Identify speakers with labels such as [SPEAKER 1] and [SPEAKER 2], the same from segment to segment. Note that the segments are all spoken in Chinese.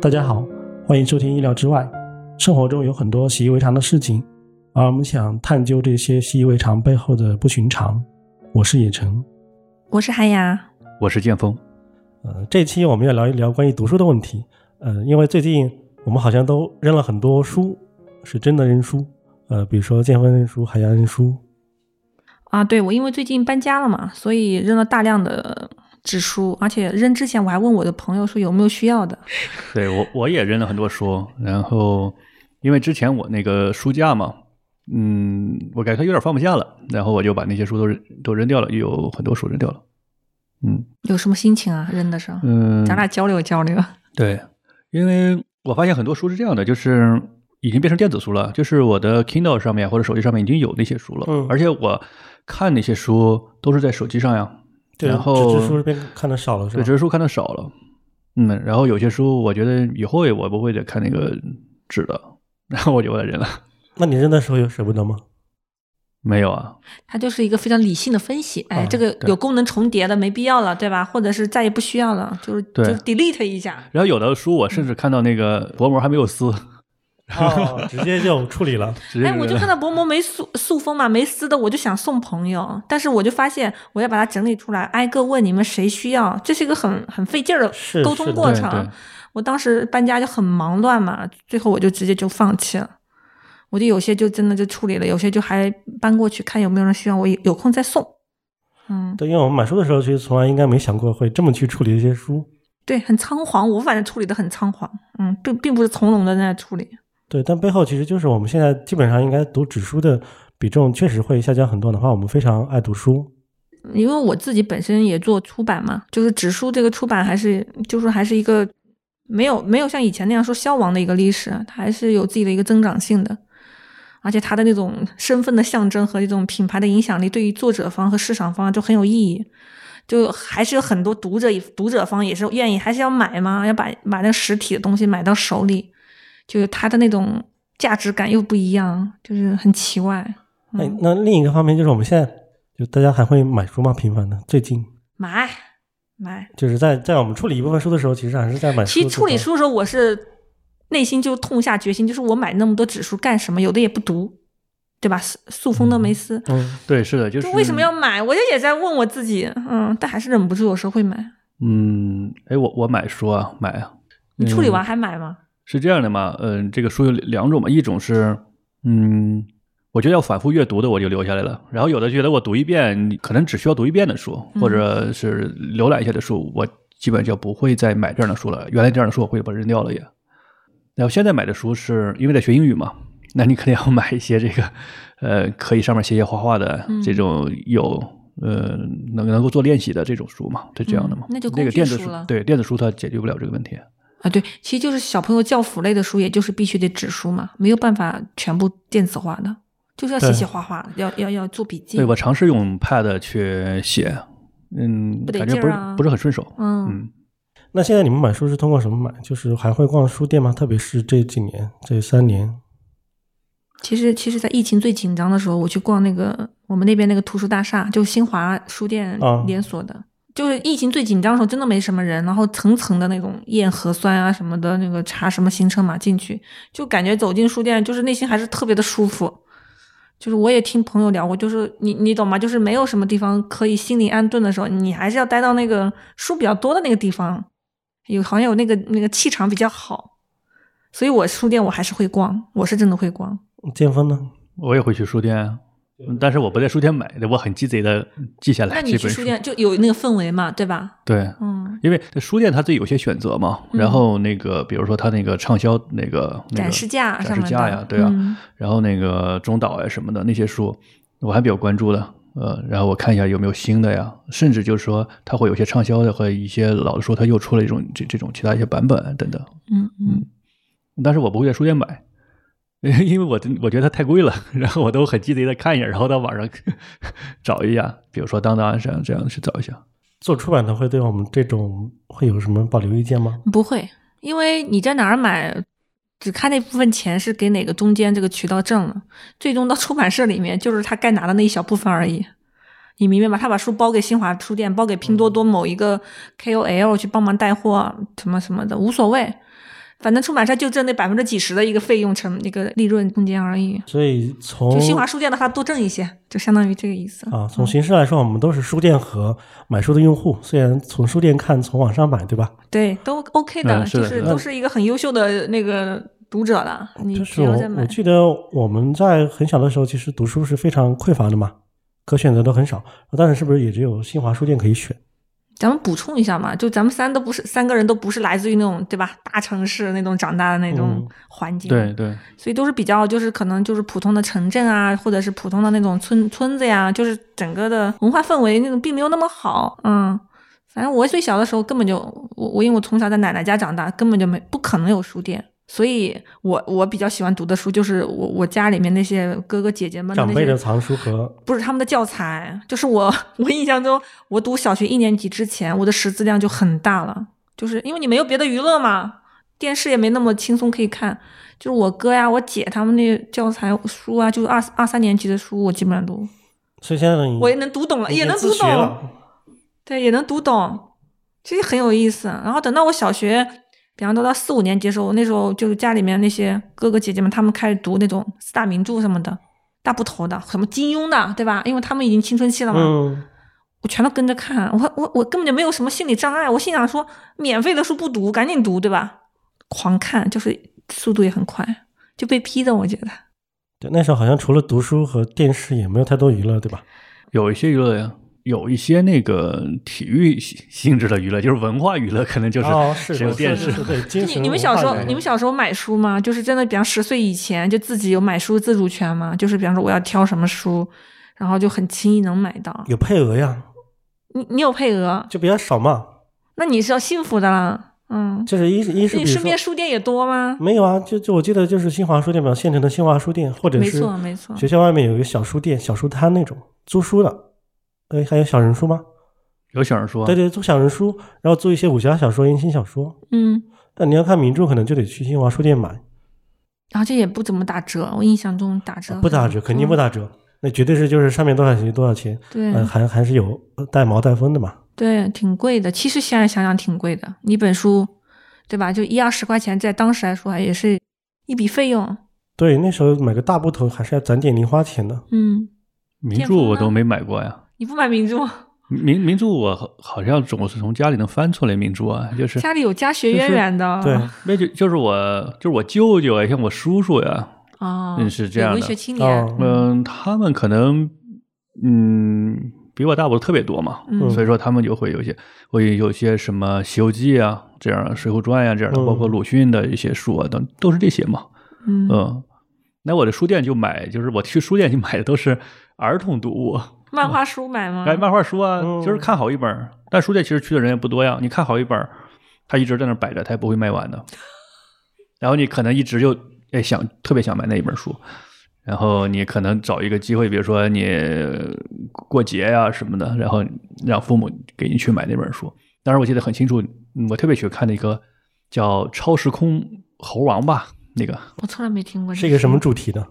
[SPEAKER 1] 大家好，欢迎收听《意料之外》。生活中有很多习以为常的事情，而我们想探究这些习以为常背后的不寻常。我是野城，
[SPEAKER 2] 我是韩雅，
[SPEAKER 3] 我是剑锋。
[SPEAKER 1] 呃，这期我们要聊一聊关于读书的问题。呃，因为最近我们好像都扔了很多书，是真的扔书。呃，比如说剑锋扔书，海洋扔书。
[SPEAKER 2] 啊，对，我因为最近搬家了嘛，所以扔了大量的纸书，而且扔之前我还问我的朋友说有没有需要的。
[SPEAKER 3] 对我我也扔了很多书，然后因为之前我那个书架嘛，嗯，我感觉有点放不下了，然后我就把那些书都扔都扔掉了，有很多书扔掉了。嗯，
[SPEAKER 2] 有什么心情啊？扔的时候，
[SPEAKER 3] 嗯，
[SPEAKER 2] 咱俩交流交流。
[SPEAKER 3] 对，因为我发现很多书是这样的，就是已经变成电子书了，就是我的 Kindle 上面或者手机上面已经有那些书了，
[SPEAKER 1] 嗯
[SPEAKER 3] 而且我看那些书都是在手机上呀，
[SPEAKER 1] 对
[SPEAKER 3] 然后
[SPEAKER 1] 纸质书这边看的少了是
[SPEAKER 3] 对，
[SPEAKER 1] 吧
[SPEAKER 3] 这？些书看的少了，嗯，然后有些书我觉得以后我不会再看那个纸的，然后我就把它扔了。
[SPEAKER 1] 那你扔的时候有舍不得吗？
[SPEAKER 3] 没有啊，
[SPEAKER 2] 它就是一个非常理性的分析，哎，
[SPEAKER 1] 啊
[SPEAKER 2] 这个
[SPEAKER 3] 对
[SPEAKER 2] 有功能重叠的没必要了，对吧？或者是再也不需要了，就是就
[SPEAKER 3] 对
[SPEAKER 2] 是 delete 一下。
[SPEAKER 3] 然后有的书我甚至看到那个薄膜还没有撕，
[SPEAKER 1] 哦， 直接就处理了。
[SPEAKER 3] 直接
[SPEAKER 2] 哎，我 就
[SPEAKER 3] 扔
[SPEAKER 2] 看
[SPEAKER 3] 了。
[SPEAKER 2] 到薄膜没塑塑封嘛，没撕的，我就想送朋友，但是我就发现我要把它整理出来，挨个问你们谁需要，这是一个很很费劲儿的
[SPEAKER 1] 是
[SPEAKER 2] 沟
[SPEAKER 1] 是
[SPEAKER 2] 通
[SPEAKER 1] 的
[SPEAKER 2] 过
[SPEAKER 3] 对
[SPEAKER 2] 程。
[SPEAKER 3] 对
[SPEAKER 2] 我当时搬家就很忙乱嘛，最后我就直接就放弃了。我就有些就真的就处理了，有些就还搬过去看有没有人需要，我有有空再送。嗯，
[SPEAKER 1] 对，因为我们买书的时候，其实从来应该没想过会这么去处理一些书。
[SPEAKER 2] 对，很仓皇，我反正处理的很仓皇。嗯，并并不是从容的在那处理。
[SPEAKER 1] 对，但背后其实就是我们现在基本上应该读纸书的比重确实会下降很多。哪怕我们非常爱读书，
[SPEAKER 2] 因为我自己本身也做出版嘛，就是纸书这个出版还是就是还是一个没有没有像以前那样说消亡的一个历史，啊它还是有自己的一个增长性的，而且它的那种身份的象征和这种品牌的影响力，对于作者方和市场方啊就很有意义。就还是有很多读者，读者方也是愿意，还是要买嘛，要把把那实体的东西买到手里，就是它的那种价值感又不一样，就是很奇怪。嗯、
[SPEAKER 1] 哎，那另一个方面就是我们现在就大家还会买书吗？频繁的，最近
[SPEAKER 2] 买买，
[SPEAKER 1] 就是在在我们处理一部分书的时候，其实还是在买书。
[SPEAKER 2] 其实处理，书的时候，我是内心就痛下决心，就是我买那么多纸书干什么？有的也不读，对吧？塑塑封都没撕，
[SPEAKER 1] 嗯，
[SPEAKER 3] 对，是的，就是
[SPEAKER 2] 就为什么要买？我就也在问我自己，嗯，但还是忍不住，有时候会买。
[SPEAKER 3] 嗯，哎，我我买书啊，买啊。
[SPEAKER 2] 你处理
[SPEAKER 3] 嗯
[SPEAKER 2] 完还买吗？
[SPEAKER 3] 是这样的嘛？嗯、这个书有两种嘛，一种是，嗯，我觉得要反复阅读的，我就留下来了。然后有的觉得我读一遍，你可能只需要读一遍的书，
[SPEAKER 2] 嗯
[SPEAKER 3] 或者是浏览一下的书，我基本就不会再买这样的书了。原来这样的书我会把它扔掉了也。然后现在买的书是因为在学英语嘛，那你肯定要 买一些这个，呃，可以上面写写画画的
[SPEAKER 2] 嗯
[SPEAKER 3] 这种有。呃，能能够做练习的这种书嘛，是这样的嘛？
[SPEAKER 2] 嗯那就
[SPEAKER 3] 那
[SPEAKER 2] 工
[SPEAKER 3] 个
[SPEAKER 2] 具
[SPEAKER 3] 电子
[SPEAKER 2] 书
[SPEAKER 3] 书
[SPEAKER 2] 了，
[SPEAKER 3] 对电子书它解决不了这个问题。
[SPEAKER 2] 啊，对，其实就是小朋友教辅类的书，也就是必须得纸书嘛，没有办法全部电子化的，就是要写
[SPEAKER 1] 对
[SPEAKER 2] 写画画，要要要做笔记。
[SPEAKER 3] 对我尝试用 Pad 去写，嗯，
[SPEAKER 2] 不得
[SPEAKER 3] 感觉
[SPEAKER 2] 劲
[SPEAKER 3] 不
[SPEAKER 2] 儿
[SPEAKER 3] 是
[SPEAKER 2] 啊
[SPEAKER 3] 不是很顺手。
[SPEAKER 2] 嗯，
[SPEAKER 3] 嗯，
[SPEAKER 1] 那现在你们买书是通过什么买？就是还会逛书店吗？特别是这几年，这三年，
[SPEAKER 2] 其实其实，在疫情最紧张的时候，我去逛那个我们那边那个图书大厦，就是新华书店
[SPEAKER 1] 啊
[SPEAKER 2] 连锁的。就是疫情最紧张的时候，真的没什么人，然后层层的那种验核酸啊什么的，那个查什么行程码进去，就感觉走进书店，就是内心还是特别的舒服。就是我也听朋友聊过，就是你你懂吗？就是没有什么地方可以心灵安顿的时候，你还是要待到那个书比较多的那个地方，有好像有那个那个气场比较好。所以我书店我还是会逛，我是真的会逛。
[SPEAKER 1] 剑锋呢？
[SPEAKER 3] 我也会去书店，嗯但是我不在书店买的，我很鸡贼的记下来
[SPEAKER 2] 那
[SPEAKER 3] 这
[SPEAKER 2] 你
[SPEAKER 3] 本
[SPEAKER 2] 去
[SPEAKER 3] 书
[SPEAKER 2] 书。店就有那个氛围嘛，对吧？
[SPEAKER 3] 对，
[SPEAKER 2] 嗯，
[SPEAKER 3] 因为在书店它自己有些选择嘛，
[SPEAKER 2] 嗯
[SPEAKER 3] 然后那个比如说它那个畅销那个那个
[SPEAKER 2] 展示架
[SPEAKER 3] 展
[SPEAKER 2] 上
[SPEAKER 3] 示
[SPEAKER 2] 面
[SPEAKER 3] 架
[SPEAKER 2] 的
[SPEAKER 3] 呀，对啊，
[SPEAKER 2] 嗯
[SPEAKER 3] 然后那个中岛啊呀什么的那些书，我还比较关注的。呃，然后我看一下有没有新的呀，甚至就是说它会有些畅销的和一些老的书，它又出了一种这这种其他一些版本啊等等。
[SPEAKER 2] 嗯嗯，
[SPEAKER 3] 但是我不会在书店买，因为我 真我觉得它太贵了， 然后我都很鸡贼的看一眼，然后到网上 找一下，比如说当当啊这样这样去找一下。
[SPEAKER 1] 做出版的会对我们这种会有什么保留意见吗？
[SPEAKER 2] 不会，因为你在哪儿买，只看那部分钱是给哪个中间这个渠道挣了，最终到出版社里面就是他该拿的那一小部分而已。你明白吗？他把书包给新华书店，包给拼多多某一个 KOL 去帮忙带货，什么什么的，无所谓。反正出版社就挣那百分之几十的一个费用成那个利润空间而已。
[SPEAKER 1] 所以从
[SPEAKER 2] 就新华书店的话，多挣一些，就相当于这个意思
[SPEAKER 3] 嗯
[SPEAKER 1] 啊，从形式来说，我们都是书店和买书的用户。虽然从书店看，从网上买，对吧？
[SPEAKER 2] 对，都 OK 的，
[SPEAKER 3] 嗯是
[SPEAKER 2] 就
[SPEAKER 3] 的
[SPEAKER 2] 是
[SPEAKER 3] 嗯
[SPEAKER 2] 都是一个很优秀的那个读者了。你
[SPEAKER 1] 嗯就是
[SPEAKER 2] 只要再
[SPEAKER 1] 我
[SPEAKER 2] 买
[SPEAKER 1] 我，记得我们在很小的时候，其实读书是非常匮乏的嘛，可选择的很少。当时是不是也只有新华书店可以选？
[SPEAKER 2] 咱们补充一下嘛，就咱们三都不是三个人都不是来自于那种对吧大城市那种长大的那种
[SPEAKER 1] 嗯
[SPEAKER 2] 环境，
[SPEAKER 3] 对对，
[SPEAKER 2] 所以都是比较就是可能就是普通的城镇啊，或者是普通的那种村村子呀，就是整个的文化氛围那种并没有那么好，嗯。反正我最小的时候根本就我我因为我从小在奶奶家长大，根本就没不可能有书店，所以我我比较喜欢读的书就是我我家里面那些哥哥姐姐们的
[SPEAKER 1] 长
[SPEAKER 2] 啊那
[SPEAKER 1] 辈
[SPEAKER 2] 些
[SPEAKER 1] 的藏书和
[SPEAKER 2] 不是他们的教材，就是我 我印象中，我读小学一年级之前，我的识字量就很大了，就是因为你没有别的娱乐嘛，电视也没那么轻松可以看。就是我哥呀、我姐他们那教材书啊，就是二二三年级的书，我基本上都
[SPEAKER 1] 所以现在呢，
[SPEAKER 2] 我也能读懂了，
[SPEAKER 1] 嗯你已
[SPEAKER 2] 也
[SPEAKER 1] 经
[SPEAKER 2] 能
[SPEAKER 1] 自
[SPEAKER 2] 读
[SPEAKER 1] 学
[SPEAKER 2] 懂，
[SPEAKER 1] 了。
[SPEAKER 2] 对，也能读懂，这很有意思。然后等到我小学，比方说到四五年级的时候，那时候就是家里面那些哥哥姐姐们，他们开始读那种四大名著什么的，大部头的，什么金庸的，对吧？因为他们已经青春期了嘛。
[SPEAKER 1] 嗯，
[SPEAKER 2] 我全都跟着看，我我我根本就没有什么心理障碍。我心想说，免费的书不读，赶紧读，对吧？狂看，就是速度也很快，就被批的。我觉得
[SPEAKER 1] 对，那时候好像除了读书和电视，也没有太多娱乐，对吧？
[SPEAKER 3] 有一些娱乐呀，有一些那个体育性 性质的娱乐，就是文化娱乐，可能就是
[SPEAKER 1] 哦，是
[SPEAKER 3] 只有
[SPEAKER 1] 是
[SPEAKER 3] 电
[SPEAKER 1] 是
[SPEAKER 3] 视。
[SPEAKER 1] 对，精
[SPEAKER 2] 你
[SPEAKER 1] 神
[SPEAKER 2] 你们
[SPEAKER 1] 文
[SPEAKER 2] 小
[SPEAKER 1] 化
[SPEAKER 2] 时候
[SPEAKER 1] 娱乐
[SPEAKER 2] 你们小时候买书吗？就是真的，比方十岁以前就自己有买书自主权吗？就是比方说我要挑什么书，然后就很轻易能买到。
[SPEAKER 1] 有配额呀，
[SPEAKER 2] 你你有配额，
[SPEAKER 1] 就比较少嘛。
[SPEAKER 2] 那你是要幸福的啦。嗯，
[SPEAKER 1] 就是一一是比
[SPEAKER 2] 那你
[SPEAKER 1] 如
[SPEAKER 2] 身
[SPEAKER 1] 说
[SPEAKER 2] 边书店也多 吗？
[SPEAKER 1] 没有啊，就就我记得就是新华书店嘛，县城的新华书店，或者
[SPEAKER 2] 没
[SPEAKER 1] 是
[SPEAKER 2] 错没错，
[SPEAKER 1] 学校外面有一个小书店、小书摊那种租书的，呃，还有小人书吗？
[SPEAKER 3] 有小人说，
[SPEAKER 1] 对对，租小人书，然后租一些武侠小说、言情小说。
[SPEAKER 2] 嗯，
[SPEAKER 1] 但你要看名著，可能就得去新华书店买，
[SPEAKER 2] 然后这也不怎么打折，我印象中打折
[SPEAKER 1] 啊不打折肯定不
[SPEAKER 2] 打。
[SPEAKER 1] 打折，那绝对是就是上面多少钱就多少钱，
[SPEAKER 2] 对，
[SPEAKER 1] 呃，还还是有呃带毛带封的嘛。
[SPEAKER 2] 对，挺贵的。其实现在想想挺贵的，一本书，对吧？就一二十块钱，在当时来说也是一笔费用。
[SPEAKER 1] 对，那时候买个大部头还是要攒点零花钱的。
[SPEAKER 2] 嗯，
[SPEAKER 3] 名
[SPEAKER 2] 剑
[SPEAKER 3] 著
[SPEAKER 2] 锋
[SPEAKER 3] 我
[SPEAKER 2] 呢
[SPEAKER 3] 都没买过呀。
[SPEAKER 2] 你不买名著吗，
[SPEAKER 3] 名名著我好好像总是从家里能翻出来名著啊，就是
[SPEAKER 2] 家里有家学
[SPEAKER 1] 就
[SPEAKER 2] 渊
[SPEAKER 1] 是
[SPEAKER 2] 源的。啊
[SPEAKER 1] 对，
[SPEAKER 3] 那就就是我就是我舅舅啊呀，像我叔叔呀，
[SPEAKER 2] 啊，
[SPEAKER 3] 嗯是这
[SPEAKER 2] 有
[SPEAKER 3] 样
[SPEAKER 2] 文
[SPEAKER 3] 的
[SPEAKER 2] 学青年。
[SPEAKER 1] 哦，
[SPEAKER 3] 嗯，他们可能嗯比我大不了特别多嘛，
[SPEAKER 2] 嗯
[SPEAKER 3] 所以说他们就会有一些会有一些什么《西游记》啊这样，《水浒传》呀这样的，
[SPEAKER 1] 嗯
[SPEAKER 3] 包括鲁迅的一些书啊等都是这些嘛，
[SPEAKER 2] 嗯
[SPEAKER 3] 嗯。那我的书店就买，就是我去书店去买的都是儿童读物，
[SPEAKER 2] 漫画书买吗？
[SPEAKER 3] 哎，漫画书啊，
[SPEAKER 1] 嗯
[SPEAKER 3] 就是看好一本儿，但书店其实去的人也不多呀。你看好一本儿，它一直在那儿摆着，它也不会卖完的。然后你可能一直就哎想特别想买那一本书，然后你可能找一个机会，比如说你过节呀、什么的，然后让父母给你去买那本书。当时我记得很清楚，嗯我特别喜欢看那个叫《超时空猴王》吧，那个
[SPEAKER 2] 我从来没听过。
[SPEAKER 1] 是一个什么？主题的？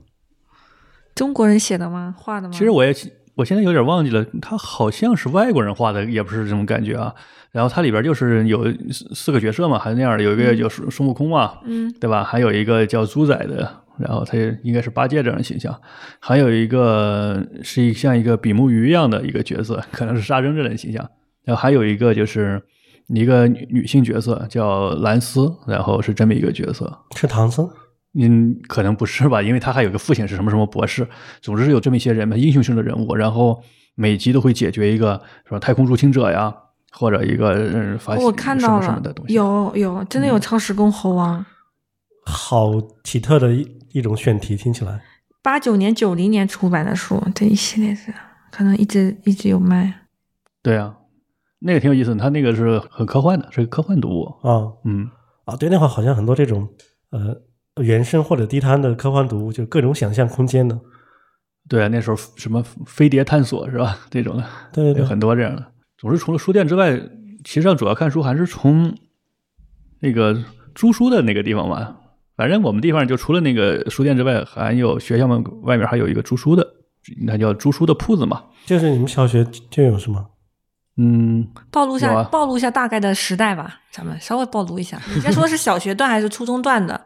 [SPEAKER 2] 中国人写的吗？画的吗？
[SPEAKER 3] 其实我也我现在有点忘记了，它好像是外国人画的，也不是这种感觉啊。然后它里边就是有四四个角色嘛，还是那样的，有一个
[SPEAKER 2] 嗯
[SPEAKER 3] 叫孙孙悟空嘛，
[SPEAKER 2] 嗯
[SPEAKER 3] 对吧？还有一个叫猪仔的，然后他也应该是八戒这样的形象，还有一个是一像一个比目鱼一样的一个角色，可能是沙僧这类的形象，然后还有一个就是。一个女女性角色叫兰斯，然后是这么一个角色，
[SPEAKER 1] 是唐僧？
[SPEAKER 3] 嗯，可能不是吧，因为他还有个父亲是什么什么博士。总之是有这么一些人嘛，英雄性的人物，然后每集都会解决一个什么太空入侵者呀，或者一个嗯发现
[SPEAKER 2] 哦我看
[SPEAKER 3] 什
[SPEAKER 2] 到
[SPEAKER 3] 么什么
[SPEAKER 2] 了
[SPEAKER 3] 的东，西。
[SPEAKER 2] 有有，真的有
[SPEAKER 3] 嗯
[SPEAKER 2] 超时空猴王。
[SPEAKER 1] 好奇特的一一种选题，听起来。
[SPEAKER 2] 八九年、九零年出版的书，这一系列是可能一直一直有卖。
[SPEAKER 3] 对啊，那个挺有意思的，他那个是很科幻的，是个科幻读物。
[SPEAKER 1] 啊
[SPEAKER 3] 嗯，
[SPEAKER 1] 啊，对，那会儿好像很多这种呃原生或者低摊的科幻读物，就各种想象空间的。
[SPEAKER 3] 对啊，那时候什么飞碟探索是吧？ 这种的，
[SPEAKER 1] 对对
[SPEAKER 3] 有
[SPEAKER 1] 对
[SPEAKER 3] 很，多这样的。总之，除了书店之外，其实上主要看书还是从那个租书的那个地方吧。反正我们地方就除了那个书店之外，还有学校们外面还有一个租书的，那叫租书的铺子嘛。
[SPEAKER 1] 就是你们小学就有是吗？
[SPEAKER 3] 嗯，
[SPEAKER 2] 暴露一
[SPEAKER 3] 有
[SPEAKER 2] 下、
[SPEAKER 3] 啊
[SPEAKER 2] 暴露一下大概的时代吧，咱们稍微暴露一下。 你先说是小学段还是初中段的？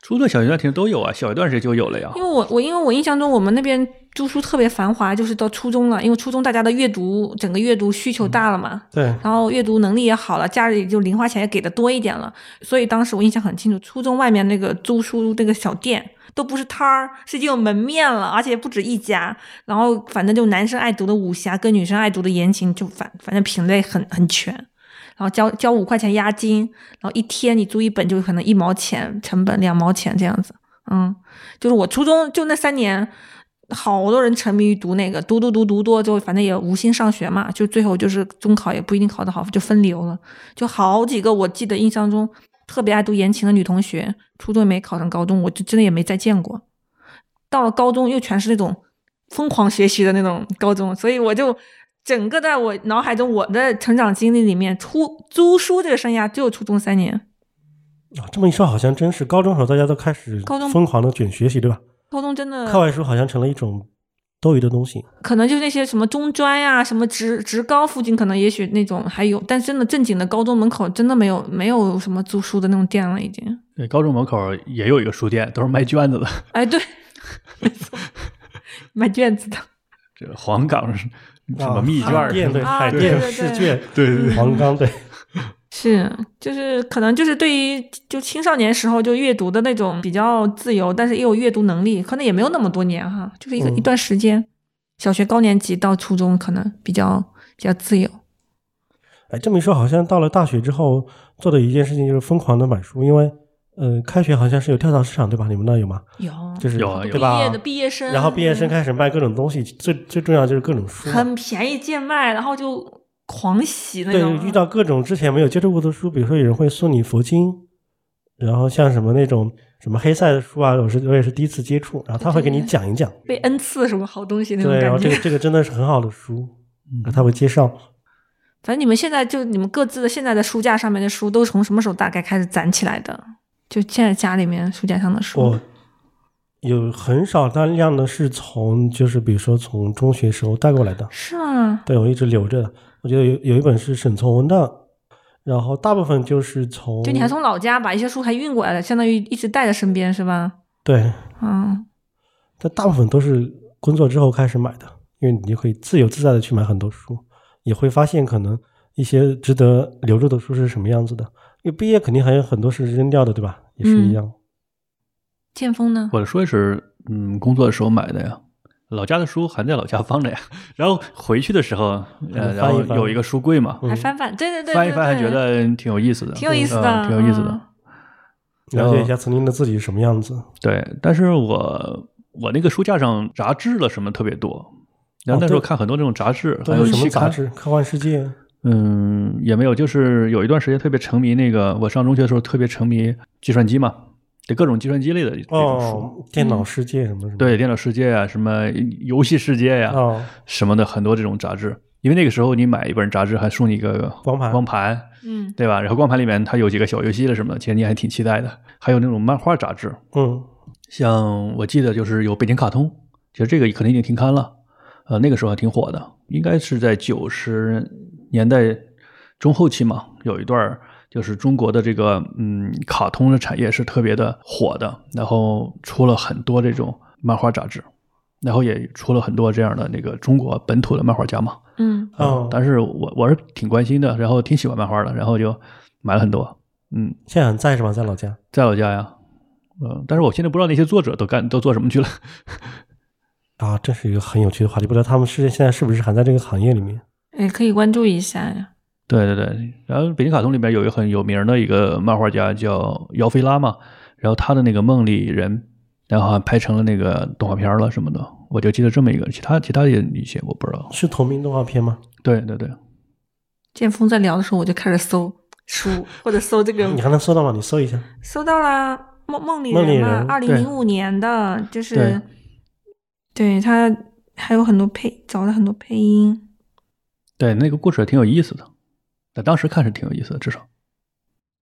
[SPEAKER 3] 初段、小学段其实都有啊，小学段时就有了呀
[SPEAKER 2] 因。为我我因为我印象中我们那边读书特别繁华，就是到初中了，因为初中大家的阅读整个阅读需求大了嘛，
[SPEAKER 1] 对，
[SPEAKER 2] 然后阅读能力也好了，家里就零花钱也给的多一点了，所以当时我印象很清楚，初中外面那个租书那个小店。都不是摊儿，是已经有门面了，而且不止一家。然后反正就男生爱读的武侠跟女生爱读的言情，就反反正品类很很全。然后交交五块钱押金，然后一天你租一本就可能一毛钱成本，两毛钱这样子。嗯，就是我初中就那三年，好多人沉迷于读那个，读读读读多，就反正也无心上学嘛，就最后就是中考也不一定考得好，就分流了。就好几个我记得印象中特别爱读言情的女同学，初中也没考上高中，我就真的也没再见过。到了高中又全是那种疯狂学习的那种高中，所以我就整个在我脑海中我的成长经历里面，初租书这个生涯只有初中三年。
[SPEAKER 1] 啊这么一说，好像真是高中时候大家都开始
[SPEAKER 2] 高中嗯
[SPEAKER 1] 疯狂的卷学习，对吧？
[SPEAKER 2] 高中真的
[SPEAKER 1] 课外书好像成了一种多余的东
[SPEAKER 3] 啊
[SPEAKER 1] 西。
[SPEAKER 2] 可能就是那些什么中专呀、什么职职高附近，可能也许那种还有，但真的正经的高中门口真的没有没有什么租书的那种店了，已经。
[SPEAKER 3] 对，高中门口也有一个书店，都是卖卷子的。
[SPEAKER 2] 哎，对，没错，买卷子的。
[SPEAKER 3] 这个黄冈是什么密卷
[SPEAKER 1] 海
[SPEAKER 3] 儿？
[SPEAKER 1] 淀对，
[SPEAKER 2] 啊
[SPEAKER 1] 海
[SPEAKER 2] 对
[SPEAKER 1] 淀
[SPEAKER 2] 对对
[SPEAKER 1] 试卷、
[SPEAKER 3] 对对对，
[SPEAKER 1] 黄冈对，
[SPEAKER 2] 是，就是可能就是对于就青少年时候就阅读的那种比较自由，但是也有阅读能力，可能也没有那么多年哈，就是一个、
[SPEAKER 1] 嗯
[SPEAKER 2] 一段时间，小学高年级到初中可能比较比较自由。
[SPEAKER 1] 哎，这么一说，好像到了大学之后做的一件事情就是疯狂的买书，因为呃，开学好像是有跳蚤市场，对吧？你们那有吗？
[SPEAKER 2] 有，
[SPEAKER 1] 就是
[SPEAKER 3] 有啊
[SPEAKER 1] 对
[SPEAKER 3] 有
[SPEAKER 2] 毕业
[SPEAKER 1] 吧
[SPEAKER 2] 的？毕业生，
[SPEAKER 1] 然后毕业生
[SPEAKER 2] 嗯
[SPEAKER 1] 开始卖各种东西，最最重要就是各种书嘛。
[SPEAKER 2] 很便宜贱卖，然后就狂喜那
[SPEAKER 1] 对
[SPEAKER 2] 种。，
[SPEAKER 1] 遇到各种之前没有接触过的书，比如说有人会送你佛经，然后像什么那种什么黑塞的书啊，我是我也是第一次接触，然后他会给你讲一讲，
[SPEAKER 2] 被恩赐什么好东西那种
[SPEAKER 1] 对，然后
[SPEAKER 2] 感
[SPEAKER 1] 这
[SPEAKER 2] 觉。
[SPEAKER 1] 个这个真的是很好的书，然后他会介绍，
[SPEAKER 2] 反正你们现在就你们各自的现在的书架上面的书都是从什么时候大概开始攒起来的？就现在家里面书架上的书，
[SPEAKER 1] 我有很少大量的是从就是比如说从中学时候带过来的，
[SPEAKER 2] 是吗？
[SPEAKER 1] 对我一直留着的，我觉得有有一本是沈从文的，然后大部分就是从
[SPEAKER 2] 就你还从老家把一些书还运过来了，相当于一直带在身边是吧？
[SPEAKER 1] 对，
[SPEAKER 2] 嗯，
[SPEAKER 1] 但大部分都是工作之后开始买的，因为你就可以自由自在的去买很多书，也会发现可能一些值得留住的书是什么样子的。因为毕业肯定还有很多是扔掉的，对吧？也是一样。
[SPEAKER 2] 剑锋呢？
[SPEAKER 3] 我的说是，嗯，工作的时候买的呀，老家的书还在老家放着呀。 然后回去的时候，呃，
[SPEAKER 1] 嗯
[SPEAKER 3] 然后
[SPEAKER 1] 翻一翻
[SPEAKER 3] 有一个书柜嘛，
[SPEAKER 1] 嗯
[SPEAKER 2] 还翻翻，对对对对对，
[SPEAKER 3] 翻一翻还觉得挺有意思的，
[SPEAKER 2] 挺有意思的
[SPEAKER 3] 嗯挺有意思的
[SPEAKER 2] 嗯。
[SPEAKER 1] 了解一下曾经的自己是什么样子。
[SPEAKER 3] 对，但是我我那个书架上杂志了什么特别多，然后那时候
[SPEAKER 1] 对
[SPEAKER 3] 看很多这种杂志，
[SPEAKER 1] 都
[SPEAKER 3] 还有哦
[SPEAKER 1] 有什么
[SPEAKER 3] 期刊
[SPEAKER 1] 杂志？科幻世界。
[SPEAKER 3] 嗯，也没有，就是有一段时间特别沉迷那个，我上中学的时候特别沉迷计算机嘛，对各种计算机类的这种书，
[SPEAKER 1] 哦，电脑世界什么什么。
[SPEAKER 3] 嗯对电脑世界啊，什么游戏世界呀、
[SPEAKER 1] 哦，
[SPEAKER 3] 什么的，很多这种杂志。因为那个时候你买一本杂志还送你一个
[SPEAKER 1] 光盘
[SPEAKER 3] 光盘
[SPEAKER 2] 嗯，
[SPEAKER 3] 对吧？然后光盘里面它有几个小游戏了什么的，其实你还挺期待的。还有那种漫画杂志，
[SPEAKER 1] 嗯，
[SPEAKER 3] 像我记得就是有北京卡通，其实这个可能已经停刊了，呃，那个时候还挺火的，应该是在九十年代中后期嘛，有一段儿就是中国的这个嗯卡通的产业是特别的火的，然后出了很多这种漫画杂志，然后也出了很多这样的那个中国本土的漫画家嘛，呃
[SPEAKER 2] 嗯，
[SPEAKER 1] 哦，
[SPEAKER 3] 但是我我是挺关心的，然后挺喜欢漫画的，然后就买了很多，嗯，
[SPEAKER 1] 现在很在是吧？在老家。
[SPEAKER 3] 在我家呀。嗯，但是我现在不知道那些作者都干都做什么去了。
[SPEAKER 1] 啊，这是一个很有趣的话题，不知道他们是现在是不是还在这个行业里面？
[SPEAKER 2] 也哎可以关注一下呀。
[SPEAKER 3] 对对对，然后北京卡通里面有一个很有名的一个漫画家叫姚菲拉嘛，然后他的那个《梦里人》，然后还拍成了那个动画片了什么的，我就记得这么一个，其他其他也一些我不知道。
[SPEAKER 1] 是同名动画片吗？
[SPEAKER 3] 对对对，
[SPEAKER 2] 剑锋在聊的时候，我就开始搜书或者搜这个
[SPEAKER 1] 你还能搜到吗？你搜一下。
[SPEAKER 2] 搜到啦，梦梦里
[SPEAKER 1] 梦里
[SPEAKER 2] 人嘛，二
[SPEAKER 3] 人
[SPEAKER 2] 零
[SPEAKER 3] 对
[SPEAKER 2] 零五年的，就是
[SPEAKER 3] 对，
[SPEAKER 2] 对他还有很多配找了很多配音，
[SPEAKER 3] 对那个故事也挺有意思的，在当时看是挺有意思的，至少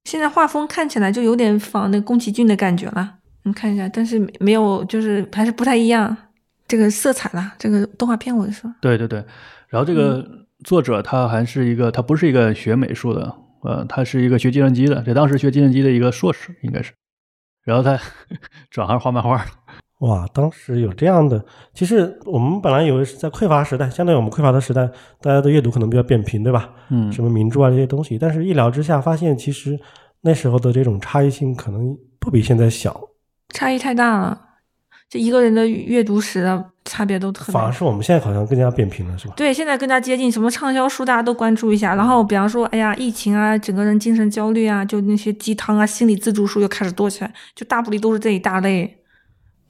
[SPEAKER 2] 现在画风看起来就有点仿那个宫崎骏的感觉了，你看一下，但是没有，就是还是不太一样，这个色彩啦，这个动画片我是说，
[SPEAKER 3] 对对对，然后这个作者他还是一个，他不是一个学美术的，呃，他是一个学计算机的，在当时学计算机的一个硕士应该是，然后他 转行画漫画了。
[SPEAKER 1] 哇，当时有这样的，其实我们本来以为是在匮乏时代，相对我们匮乏的时代，大家的阅读可能比较扁平，对吧？
[SPEAKER 3] 嗯
[SPEAKER 1] 什么名著啊这些东西，但是一聊之下发现，其实那时候的这种差异性可能不比现在小，
[SPEAKER 2] 差异太大了，这一个人的阅读史的差别都很
[SPEAKER 1] 反而
[SPEAKER 2] 大。
[SPEAKER 1] 是我们现在好像更加扁平了，是吧？
[SPEAKER 2] 对，现在更加接近什么畅销书，大家都关注一下。然后，比方说，哎呀，疫情啊，整个人精神焦虑啊，就那些鸡汤啊、心理自助书又开始多起来，就大部里都是这一大类，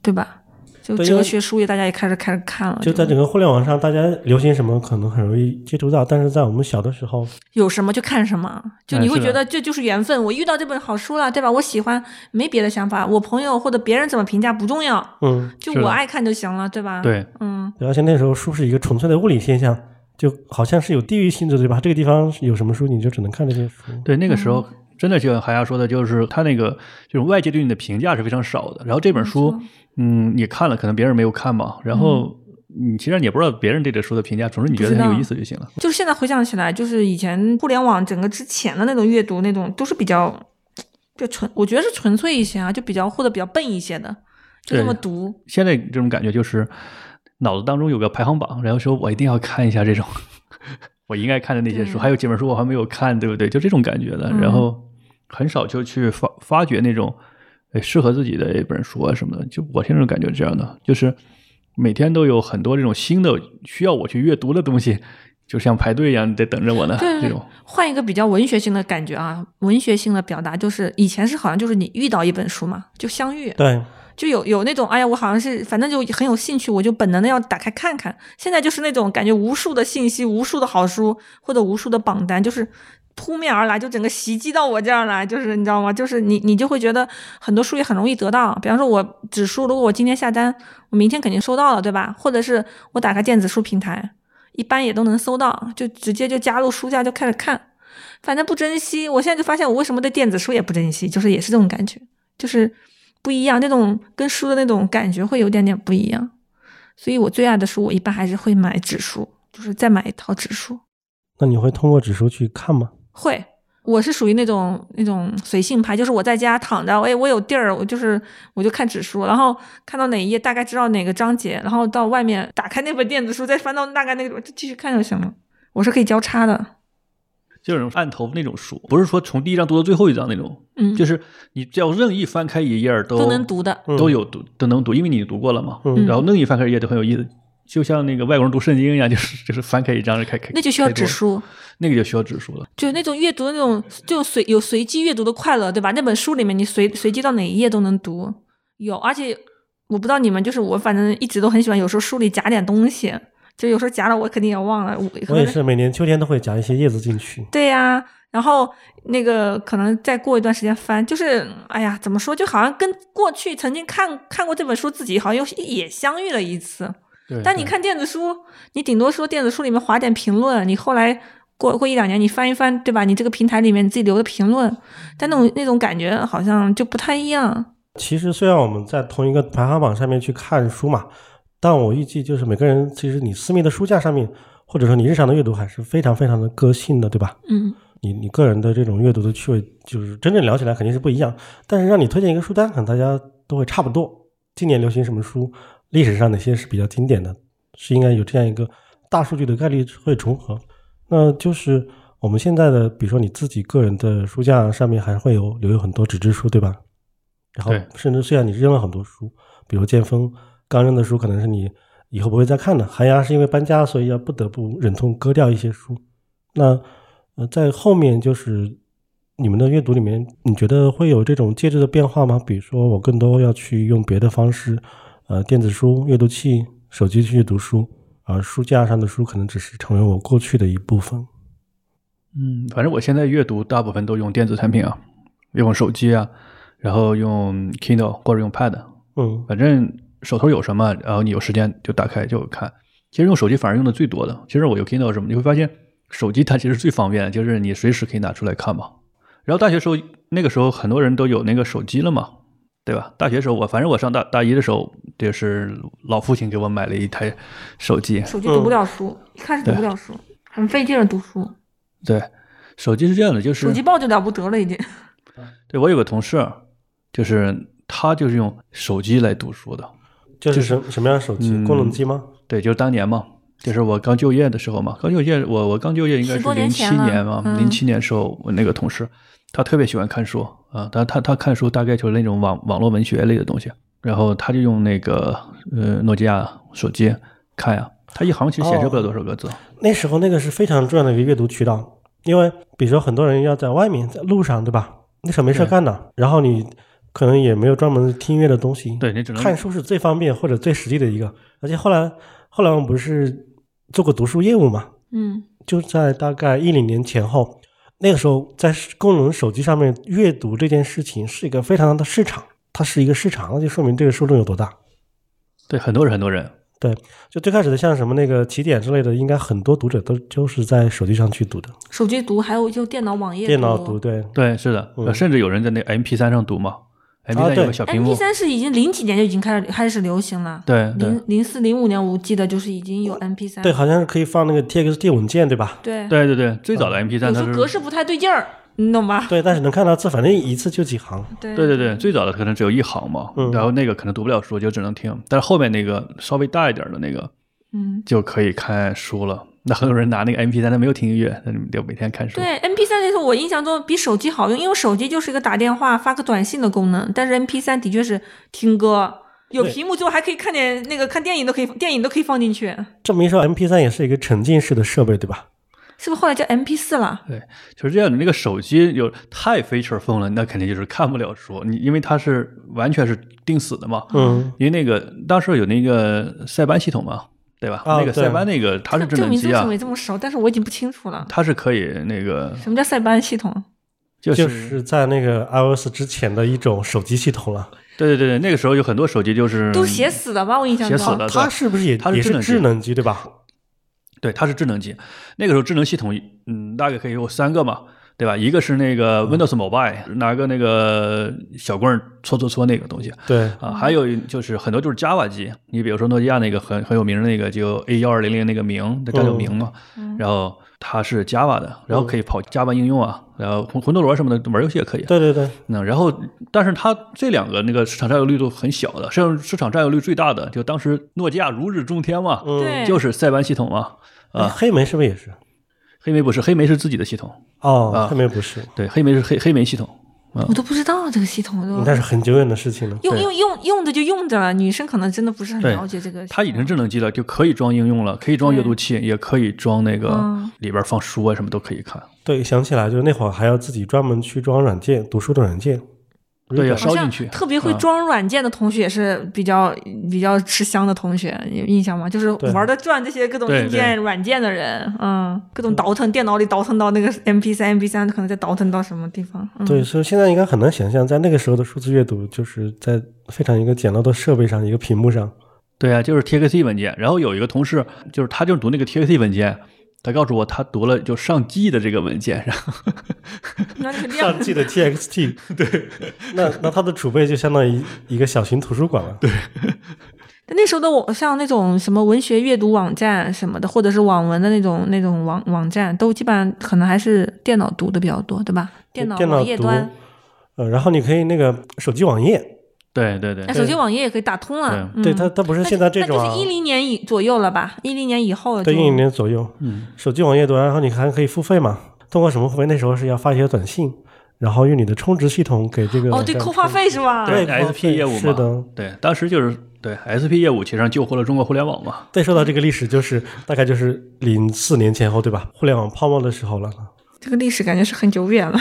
[SPEAKER 2] 对吧？就
[SPEAKER 1] 对因为
[SPEAKER 2] 哲学书也大家也开始开始看了，
[SPEAKER 1] 就在整个互联网上，大家流行什么可能很容易接触到，但是在我们小的时候，
[SPEAKER 2] 有什么就看什么，就
[SPEAKER 3] 哎
[SPEAKER 2] 你会
[SPEAKER 3] 是的
[SPEAKER 2] 觉得这就是缘分。我遇到这本好书了，对吧？我喜欢，没别的想法。我朋友或者别人怎么评价不重要，
[SPEAKER 1] 嗯，
[SPEAKER 2] 就是
[SPEAKER 3] 的
[SPEAKER 2] 我爱看就行了，对吧？，
[SPEAKER 3] 对，
[SPEAKER 2] 嗯，
[SPEAKER 1] 而且那时候书是一个纯粹的物理现象，就好像是有地域性质，对吧？这个地方有什么书，你就只能看这些书。
[SPEAKER 3] 对，那个时候
[SPEAKER 2] 嗯
[SPEAKER 3] 真的就像韩亚说的，就是他那个这种外界对你的评价是非常少的。然后这本书
[SPEAKER 2] 没错，嗯
[SPEAKER 3] 嗯，你看了，可能别人没有看嘛。然后你其实你也不知道别人对这书的评价，总之你觉得
[SPEAKER 2] 不知
[SPEAKER 3] 很有
[SPEAKER 2] 道
[SPEAKER 3] 意思就行了。
[SPEAKER 2] 就是现在回想起来，就是以前互联网整个之前的那种阅读，那种都是比较，就纯，我觉得是纯粹一些啊，就比较或者比较笨一些的，就这么
[SPEAKER 3] 对
[SPEAKER 2] 读。
[SPEAKER 3] 现在这种感觉就是脑子当中有个排行榜，然后说我一定要看一下这种我应该看的那些书，
[SPEAKER 2] 对
[SPEAKER 3] 还有几本书我还没有看，对不对？就这种感觉的，然
[SPEAKER 2] 嗯
[SPEAKER 3] 后很少就去发发掘那种呃适合自己的一本书啊什么的。就我现在感觉是这样的，就是每天都有很多这种新的需要我去阅读的东西，就像排队一样在等着我呢。
[SPEAKER 2] 对
[SPEAKER 3] 这
[SPEAKER 2] 对对
[SPEAKER 3] 种，
[SPEAKER 2] 换一个比较文学性的感觉啊，文学性的表达就是以前是好像就是你遇到一本书嘛，就相遇，
[SPEAKER 1] 对，
[SPEAKER 2] 就有有那种，哎呀，我好像是反正就很有兴趣，我就本能的要打开看看。现在就是那种感觉，无数的信息、无数的好书或者无数的榜单，就是扑面而来，就整个袭击到我这儿来，就是你知道吗？就是你你就会觉得很多书也很容易得到。比方说，我纸书，如果我今天下单，我明天肯定收到了，对吧？或者是我打开电子书平台，一般也都能搜到，就直接就加入书架就开始看。反正不珍惜，我现在就发现我为什么对电子书也不珍惜，就是也是这种感觉。就是不一样，那种跟书的那种感觉会有点点不一样。所以我最爱的书，我一般还是会买纸书，就是再买一套纸书。
[SPEAKER 1] 那你会通过指数去看吗？
[SPEAKER 2] 会，我是属于那种那种随性派，就是我在家躺着，哎，我有地儿，我就是我就看指数，然后看到哪一页，大概知道哪个章节，然后到外面打开那本电子书，再翻到大概那个，就继续看就行了。我是可以交叉的，
[SPEAKER 3] 就是那种按头那种书，不是说从第一章读到最后一章那种，
[SPEAKER 2] 嗯，
[SPEAKER 3] 就是你只要任意翻开一页儿都
[SPEAKER 2] 都能读的，
[SPEAKER 1] 嗯
[SPEAKER 3] 都有读都能读，因为你读过了嘛。
[SPEAKER 1] 嗯
[SPEAKER 3] 然后另一翻开页就很有意思，就像那个外国人读圣经一样，就是就是翻开一张就开开，
[SPEAKER 2] 那就需要
[SPEAKER 3] 开多
[SPEAKER 2] 指
[SPEAKER 3] 了，
[SPEAKER 2] 数。
[SPEAKER 3] 那个就需要指数了。
[SPEAKER 2] 就那种阅读的那种，就随有随机阅读的快乐，对吧？那本书里面你随随机到哪一页都能读，有，而且我不知道你们，就是我反正一直都很喜欢，有时候书里夹点东西，就有时候夹了我肯定也忘了，我可
[SPEAKER 1] 我也
[SPEAKER 2] 能
[SPEAKER 1] 是每年秋天都会夹一些叶子进去。
[SPEAKER 2] 对呀、然后那个可能再过一段时间翻，就是哎呀，怎么说，就好像跟过去曾经看看过这本书，自己好像又也相遇了一次，
[SPEAKER 3] 对，
[SPEAKER 2] 但你看电子书，你顶多说电子书里面划点评论，你后来过过一两年，你翻一翻，对吧？你这个平台里面你自己留的评论，但那种那种感觉好像就不太一样。
[SPEAKER 1] 其实虽然我们在同一个排行榜上面去看书嘛，但我预计就是每个人其实你私密的书架上面，或者说你日常的阅读还是非常非常的个性的，对吧？
[SPEAKER 2] 嗯，
[SPEAKER 1] 你你个人的这种阅读的趣味，就是真正聊起来肯定是不一样。但是让你推荐一个书单，可能大家都会差不多。今年流行什么书，历史上哪些是比较经典的，是应该有这样一个大数据的概率会重合。那就是我们现在的，比如说你自己个人的书架上面还会有留有很多纸质书，对吧？然后
[SPEAKER 3] 对
[SPEAKER 1] 甚至虽然你扔了很多书，比如剑锋刚扔的书，可能是你以后不会再看的。寒鸦是因为搬家，所以要不得不忍痛割掉一些书。那呃，在后面就是你们的阅读里面，你觉得会有这种介质的变化吗？比如说，我更多要去用别的方式，呃，电子书、阅读器、手机去阅读书，而书架上的书可能只是成为我过去的一部分。
[SPEAKER 3] 嗯，反正我现在阅读大部分都用电子产品啊，用手机啊，然后用 Kindle 或者用 Pad，
[SPEAKER 1] 嗯，
[SPEAKER 3] 反正手头有什么，然后你有时间就打开就看。其实用手机反而用的最多的。其实我有 Kindle 什么，你会发现手机它其实最方便的，就是你随时可以拿出来看嘛。然后大学时候那个时候很多人都有那个手机了嘛，对吧？大学时候我反正我上大大一的时候，这是老父亲给我买了一台手机，嗯
[SPEAKER 2] 手机读不了书，一开始读不了书，很费劲儿读书，
[SPEAKER 3] 对，手机是这样的，就是
[SPEAKER 2] 手机报就了不得了已经。
[SPEAKER 3] 对我有个同事，就是他就是用手机来读书的。
[SPEAKER 1] 就是什什么样的手机？
[SPEAKER 3] 嗯
[SPEAKER 1] 功能机吗？
[SPEAKER 3] 对，就是当年嘛，就是我刚就业的时候嘛，刚就业，我我刚就业应该
[SPEAKER 2] 10
[SPEAKER 3] 是
[SPEAKER 2] 多年
[SPEAKER 3] 零七
[SPEAKER 2] 前了
[SPEAKER 3] 年嘛，
[SPEAKER 2] 嗯
[SPEAKER 3] 零七、年时候我那个同事，他特别喜欢看书啊，他他他看书大概就是那种网网络文学类的东西，然后他就用那个呃诺基亚手机看呀、他一行其实显
[SPEAKER 2] 哦
[SPEAKER 3] 示不了多少个字，
[SPEAKER 1] 那时候那个是非常重要的一个阅读渠道，因为比如说很多人要在外面在路上，对吧？那时候没事
[SPEAKER 3] 对
[SPEAKER 1] 干的，然后你可能也没有专门听音乐的东西，
[SPEAKER 3] 对你只能
[SPEAKER 1] 看书是最方便或者最实际的一个。而且后来后来我们不是做过读书业务嘛，
[SPEAKER 2] 嗯，
[SPEAKER 1] 就在大概一零年前后，那个时候在功能手机上面阅读这件事情是一个非常大的市场，它是一个市场，那就说明这个受众有多大。
[SPEAKER 3] 对很多人很多人，
[SPEAKER 1] 就最开始的像什么那个起点之类的，应该很多读者都就是在手机上去读的，
[SPEAKER 2] 手机读，还有就电脑网页
[SPEAKER 1] 电脑读对。
[SPEAKER 3] 对是的，
[SPEAKER 1] 嗯
[SPEAKER 3] 甚至有人在那 M P 三上读嘛，M P 三有
[SPEAKER 1] 对
[SPEAKER 3] 个小屏
[SPEAKER 2] 啊 M
[SPEAKER 3] 幕，
[SPEAKER 2] P 三是已经零几年就已经开始开始流行了，
[SPEAKER 3] 对对
[SPEAKER 2] 零零四零五年我记得就是已经有 M P 三，
[SPEAKER 1] 对，好像是可以放那个 TXT 文件，对吧？
[SPEAKER 2] 对，
[SPEAKER 3] 对对对，最早的 M P
[SPEAKER 2] 嗯有
[SPEAKER 3] 三它
[SPEAKER 2] 时
[SPEAKER 3] 是
[SPEAKER 2] 候格式不太对劲儿，你懂吧？
[SPEAKER 1] 对，但是能看到字，反正一次就几行。
[SPEAKER 2] 对
[SPEAKER 3] 对对对，最早的可能只有一行嘛，
[SPEAKER 1] 嗯
[SPEAKER 3] 然后那个可能读不了书，就只能听。但是后面那个稍微大一点的那个
[SPEAKER 2] 嗯，
[SPEAKER 3] 就可以看书了。那很多人拿那个 MP 三，他没有听音乐，那你们就每天看书。
[SPEAKER 2] 对 M P 三这个我印象中比手机好用，因为手机就是一个打电话、发个短信的功能，但是 M P 三的确是听歌，有
[SPEAKER 1] 对
[SPEAKER 2] 屏幕之后还可以看点那个看电影都可以，电影都可以放进去，
[SPEAKER 1] 这么一说，MP 3也是一个沉浸式的设备，对吧？
[SPEAKER 2] 是不是后来叫 M P 四了？
[SPEAKER 3] 就是这样的。那个手机有太 feature phone 了，那肯定就是看不了书。你因为它是完全是定死的嘛，
[SPEAKER 1] 嗯，
[SPEAKER 3] 因为那个当时有那个塞班系统嘛，对吧？
[SPEAKER 1] 啊
[SPEAKER 3] 那个
[SPEAKER 1] 对
[SPEAKER 3] 塞班那个它是智
[SPEAKER 2] 这个
[SPEAKER 3] 能
[SPEAKER 2] 名字
[SPEAKER 3] 机
[SPEAKER 2] 为什
[SPEAKER 3] 啊
[SPEAKER 2] 么，也这么熟？但是我已经不清楚了。
[SPEAKER 3] 它是可以那个
[SPEAKER 2] 什么叫塞班系统？
[SPEAKER 3] 就
[SPEAKER 1] 就是在那个 iOS 之前的一种手机系统了。
[SPEAKER 3] 对对对对，那个时候有很多手机就是
[SPEAKER 2] 都写死了吧？我印象
[SPEAKER 3] 嗯写死
[SPEAKER 2] 中
[SPEAKER 3] 了，啊对
[SPEAKER 1] 它是不是也
[SPEAKER 3] 它是
[SPEAKER 1] 也
[SPEAKER 3] 智能
[SPEAKER 1] 是
[SPEAKER 3] 机
[SPEAKER 1] 智能机，对吧？
[SPEAKER 3] 对，它是智能机。那个时候智能系统，嗯，大概可以有三个嘛，对吧？一个是那个
[SPEAKER 1] 嗯
[SPEAKER 3] Windows Mobile，、拿个那个小棍儿搓搓搓那个东西
[SPEAKER 1] 对，
[SPEAKER 3] 啊，还有就是很多就是 Java 机，你比如说诺基亚那个很很有名的那个就 A 幺二零零那个明，它叫
[SPEAKER 1] 嗯
[SPEAKER 3] 明嘛，
[SPEAKER 2] 嗯
[SPEAKER 3] 然后它是 Java 的，然后可以跑 Java 应用啊，然后魂魂斗罗什么的玩游戏也可以。
[SPEAKER 1] 对对对，
[SPEAKER 3] 那然后，但是它这两个那个市场占有率都很小的，市场市场占有率最大的就当时诺基亚如日中天嘛，
[SPEAKER 1] 嗯，
[SPEAKER 2] 对
[SPEAKER 3] 就是塞班系统嘛，
[SPEAKER 1] 哎
[SPEAKER 3] 啊，
[SPEAKER 1] 黑莓是不是也是？
[SPEAKER 3] 黑莓不是，黑莓是自己的系统，
[SPEAKER 1] 哦
[SPEAKER 3] 啊，
[SPEAKER 1] 黑莓不是，
[SPEAKER 3] 对，黑莓是黑黑莓系统，
[SPEAKER 2] 我都不知道这个系统
[SPEAKER 1] 那
[SPEAKER 2] 都
[SPEAKER 1] 是很久远的事情了。
[SPEAKER 2] 用
[SPEAKER 3] 对
[SPEAKER 2] 用用用着就用着了，女生可能真的不是很
[SPEAKER 3] 对
[SPEAKER 2] 了解这个系统。
[SPEAKER 3] 它已经是智能机了，就可以装应用了，可以装
[SPEAKER 2] 对
[SPEAKER 3] 阅读器，也可以装那个
[SPEAKER 2] 嗯
[SPEAKER 3] 里边放书啊，什么都可以看。
[SPEAKER 1] 对，想起来就是那会儿还要自己专门去装软件，读书的软件。
[SPEAKER 3] 对，要
[SPEAKER 2] 好
[SPEAKER 3] 烧
[SPEAKER 2] 像
[SPEAKER 3] 进去。
[SPEAKER 2] 特别会
[SPEAKER 1] 嗯
[SPEAKER 3] 啊
[SPEAKER 2] 装软件的同学也是比较比较吃香的同学，有印象吗？就是
[SPEAKER 1] 对
[SPEAKER 2] 玩得转这些各种
[SPEAKER 3] 对
[SPEAKER 2] 硬件、
[SPEAKER 3] 对
[SPEAKER 2] 软件的人，嗯，各种倒腾电脑里倒腾到那个 MP 三、MP 三，可能再倒腾到什么地方。嗯、
[SPEAKER 1] 对，所以现在应该很难想象，在那个时候的数字阅读，就是在非常一个简陋的设备上，一个屏幕上。
[SPEAKER 3] 对啊，就是 TXT 文件。然后有一个同事，就是他就读那个 TXT 文件，他告诉我他读了就上 G 的这个文件，然 后
[SPEAKER 2] 那 肯定要
[SPEAKER 1] 上 G 的 TXT，对，那那它的储备就相当于一个小型图书馆了。对，
[SPEAKER 2] 那时候的我像那种什么文学阅读网站什么的，或者是网文的那种那种网网站，都基本上可能还是电脑读的比较多，对吧？电脑
[SPEAKER 1] 电
[SPEAKER 2] 网
[SPEAKER 1] 脑
[SPEAKER 2] 页
[SPEAKER 1] 读
[SPEAKER 2] 端，，
[SPEAKER 1] 呃，然后你可以那个手机网页，
[SPEAKER 3] 对对对
[SPEAKER 2] 那，手机网页也可以打通了。嗯、
[SPEAKER 1] 对它它不是现在这种
[SPEAKER 2] 那
[SPEAKER 1] 啊
[SPEAKER 2] 就是，一零年以左右了吧？一零年以后了就
[SPEAKER 1] 对，一零年左右，
[SPEAKER 3] 嗯，
[SPEAKER 1] 手机网页端，然后你还可以付费嘛？通过什么付费？那时候是要发一些短信，然后用你的充值系统给这个
[SPEAKER 2] 哦，对，
[SPEAKER 1] 网站
[SPEAKER 2] 扣话
[SPEAKER 1] 充
[SPEAKER 2] 费是吧？
[SPEAKER 1] 对扣话费
[SPEAKER 3] ，SP 业务嘛，
[SPEAKER 1] 是的。
[SPEAKER 3] 对，当时就是对 SP 业务其实上救活了中国互联网嘛，
[SPEAKER 1] 再说到这个历史，就是大概就是零四年前后，对吧？互联网泡沫的时候了。
[SPEAKER 2] 这个历史感觉是很久远了，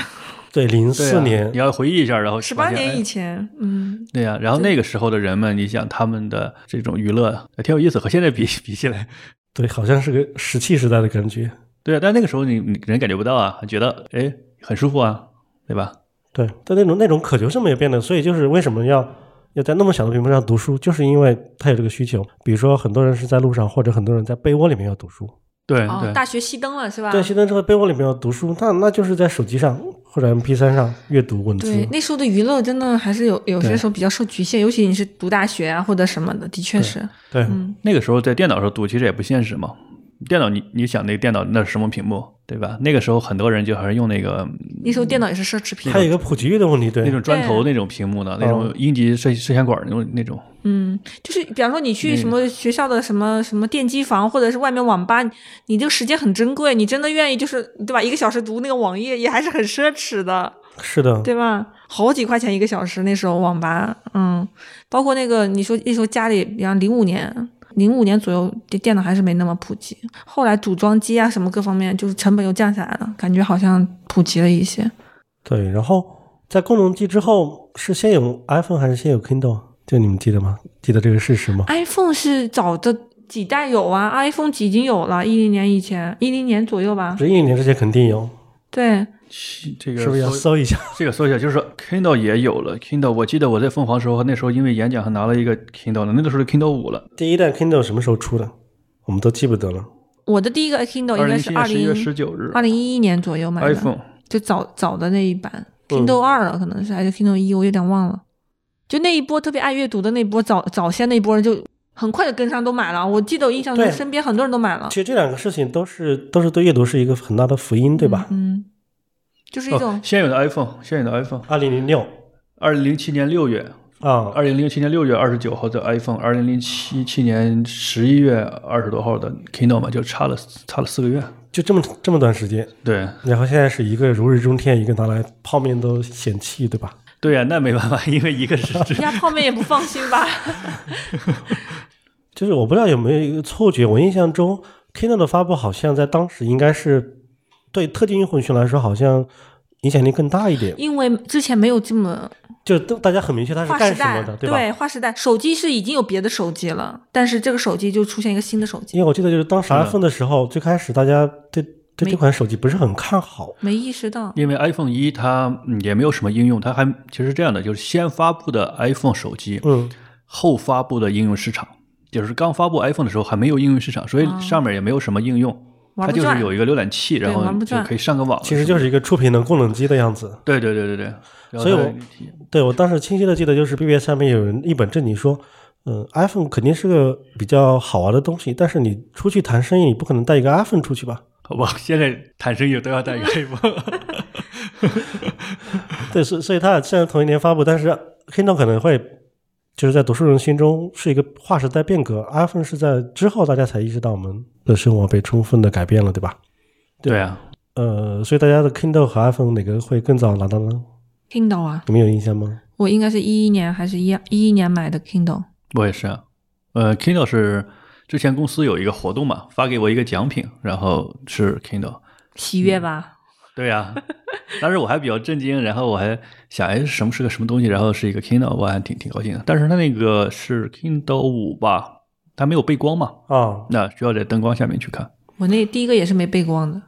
[SPEAKER 1] 对，零
[SPEAKER 3] 对啊
[SPEAKER 1] 四年
[SPEAKER 3] 你，要回忆一下，然 后
[SPEAKER 2] 十八
[SPEAKER 3] 发现
[SPEAKER 2] 年
[SPEAKER 3] 哎
[SPEAKER 2] 以前，嗯，
[SPEAKER 3] 对呀、然后那个时候的人们，你想他们的这种娱乐呃挺有意思，和现在比比起来，
[SPEAKER 1] 对，好像是个石器时代的感觉。
[SPEAKER 3] 对啊，但那个时候你你人感觉不到啊，觉得哎很舒服啊，对吧？
[SPEAKER 1] 对，但那种那种渴求是没有变的，所以就是为什么要要在那么小的屏幕上读书，就是因为他有这个需求。比如说，很多人是在路上，或者很多人在被窝里面要读书。
[SPEAKER 3] 对、
[SPEAKER 2] 哦，
[SPEAKER 3] 对
[SPEAKER 2] 大学熄灯了是吧？
[SPEAKER 1] 对，熄灯之后被窝里面要读书，那那就是在手机上或者 MP 3上阅读文字。
[SPEAKER 2] 对，那时候的娱乐真的还是有有些
[SPEAKER 3] 对
[SPEAKER 2] 时候比较受局限，尤其你是读大学啊或者什么的，的确是，
[SPEAKER 1] 对，
[SPEAKER 2] 嗯，
[SPEAKER 3] 那个时候在电脑上读其实也不现实嘛，电脑你你想那个电脑那是什么屏幕，对吧？那个时候很多人就还是用那个
[SPEAKER 2] 那时候电脑也是奢侈品
[SPEAKER 1] 它，有一个普及率的问题，对
[SPEAKER 3] 那种砖头那种屏幕的，那
[SPEAKER 2] 哦
[SPEAKER 3] 种英吉摄摄像管那种那种。
[SPEAKER 2] 嗯，就是比方说你去什么学校的什么什么电机房，或者是外面网吧，你你这个时间很珍贵，你真的愿意就是对吧？一个小时读那个网页也还是很奢侈的，
[SPEAKER 1] 是的，
[SPEAKER 2] 对吧？好几块钱一个小时，那时候网吧，嗯，包括那个你说那时候家里，比方零五年。零五年左右，电电脑还是没那么普及。后来组装机啊，什么各方面，就是成本又降下来了，感觉好像普及了一些。
[SPEAKER 1] 对。然后在功能机之后，是先有 iPhone 还是先有 Kindle？就你们记得吗？记得这个事实吗？
[SPEAKER 2] iPhone 是早的几代有啊，iPhone 已经有了，一零年以前，一零年左右吧。
[SPEAKER 1] 这一年之前肯定有，
[SPEAKER 2] 对，
[SPEAKER 3] 这个
[SPEAKER 1] 是不是要
[SPEAKER 3] 搜
[SPEAKER 1] 搜一下？
[SPEAKER 3] 这个搜一下，就是说 Kindle 也有了 Kindle。我记得我在凤凰时候，那时候因为演讲还拿了一个 Kindle 呢，那个时候是 Kindle 五了，
[SPEAKER 1] 第一代 Kindle 什么时候出的？我们都记不得了。
[SPEAKER 2] 我的第一个 Kindle
[SPEAKER 3] 二
[SPEAKER 2] 应该
[SPEAKER 3] 零一
[SPEAKER 2] 是
[SPEAKER 3] 七
[SPEAKER 2] 二
[SPEAKER 3] 年十一月
[SPEAKER 2] 零
[SPEAKER 3] 十九日
[SPEAKER 2] 二零一一年左右买的
[SPEAKER 3] ，iPhone 哦
[SPEAKER 2] 就早早的那一
[SPEAKER 1] 嗯
[SPEAKER 2] 版 Kindle 二了，可能是还是 Kindle 一，我有点忘了。就那一波特别爱阅读的那波早早先那波人，就很快就跟上都买了。我记得我印象中
[SPEAKER 1] 对
[SPEAKER 2] 身边很多人都买了
[SPEAKER 1] 其，实这两个事情都是都是对阅读是一个很大的福音，对吧？
[SPEAKER 2] 嗯，嗯就是一
[SPEAKER 3] 哦
[SPEAKER 2] 种，
[SPEAKER 3] 现有的 iPhone，现有的 iPhone，
[SPEAKER 1] 二零零六
[SPEAKER 3] 二零零七年六月，
[SPEAKER 1] 啊，
[SPEAKER 3] 二零零七年六月二十九号的 iPhone，二零零七七年十一月二十多号的 Kindle 嘛，就差了差了四个月。
[SPEAKER 1] 就这么这么短时间，
[SPEAKER 3] 对
[SPEAKER 1] 然后现在是一个如日中天，一个拿来泡面都嫌弃，对吧？
[SPEAKER 3] 对呀、那没办法，因为一个是
[SPEAKER 2] 人家泡面也不放心吧？
[SPEAKER 1] 就是我不知道有没有一个错觉，我印象中 Kindle 的发布好像在当时应该是对特定用户群来说好像影响力更大一点，
[SPEAKER 2] 因为之前没有这么
[SPEAKER 1] 就都大家很明确它是
[SPEAKER 2] 划
[SPEAKER 1] 干
[SPEAKER 2] 时
[SPEAKER 1] 什么
[SPEAKER 2] 代
[SPEAKER 1] 的，，吧？
[SPEAKER 2] 对，划时代。手机是已经有别的手机了，但是这个手机就出现一个新的手机，
[SPEAKER 1] 因为我记得就是当时
[SPEAKER 3] 的
[SPEAKER 1] iPhone 的时候，最开始大家对对
[SPEAKER 2] 没
[SPEAKER 1] 这款手机不是很看好，
[SPEAKER 2] 没意识到。
[SPEAKER 3] 因为 iPhone 一它嗯也没有什么应用，它还其实是这样的，就是先发布的 iPhone 手机，
[SPEAKER 1] 嗯，
[SPEAKER 3] 后发布的应用市场，就是刚发布 iPhone 的时候还没有应用市场，所以上面也没有什么应用，
[SPEAKER 2] 玩
[SPEAKER 3] 它
[SPEAKER 2] 不
[SPEAKER 3] 就
[SPEAKER 2] 转
[SPEAKER 3] 是有一个浏览器，然后
[SPEAKER 2] 玩不
[SPEAKER 3] 就
[SPEAKER 2] 转
[SPEAKER 3] 可以上个网。
[SPEAKER 1] 其实哦就是一个触屏的功能机的样子。
[SPEAKER 3] 对对对对对，然后
[SPEAKER 1] 所以
[SPEAKER 3] 它
[SPEAKER 1] 我对我当时清晰的记得，就是 BBS 上面有人一本正经说，嗯，iPhone 肯定是个比较好玩的东西，但是你出去谈生意，你不可能带一个 iPhone 出去吧？
[SPEAKER 3] 我现在谈生意都要带一个 iPhone，
[SPEAKER 1] 对，所以所以它俩虽然同一年发布，但是 Kindle 可能会就是在读书人心中是一个划时代变革，iPhone 是在之后大家才意识到我们的生活被充分的改变了，对吧？
[SPEAKER 3] 对啊，
[SPEAKER 1] 呃，所以大家的 Kindle 和 iPhone 哪个会更早拿到呢？
[SPEAKER 2] Kindle 啊，
[SPEAKER 1] 你们有印象吗？
[SPEAKER 2] 我应该是一一年还是一一一年买的 Kindle，
[SPEAKER 3] 我也是啊。呃，Kindle 是之前公司有一个活动嘛，发给我一个奖品，然后是 Kindle。
[SPEAKER 2] 喜悦吧？
[SPEAKER 3] 对呀、当时我还比较震惊，然后我还想，哎，什么是个什么东西？然后是一个 Kindle，我还挺挺高兴的。但是它那个是 Kindle 五吧，它没有背光嘛，
[SPEAKER 2] 哦
[SPEAKER 1] 啊，
[SPEAKER 3] 那需要在灯光下面去看。
[SPEAKER 2] 我那第一个也是没背光的，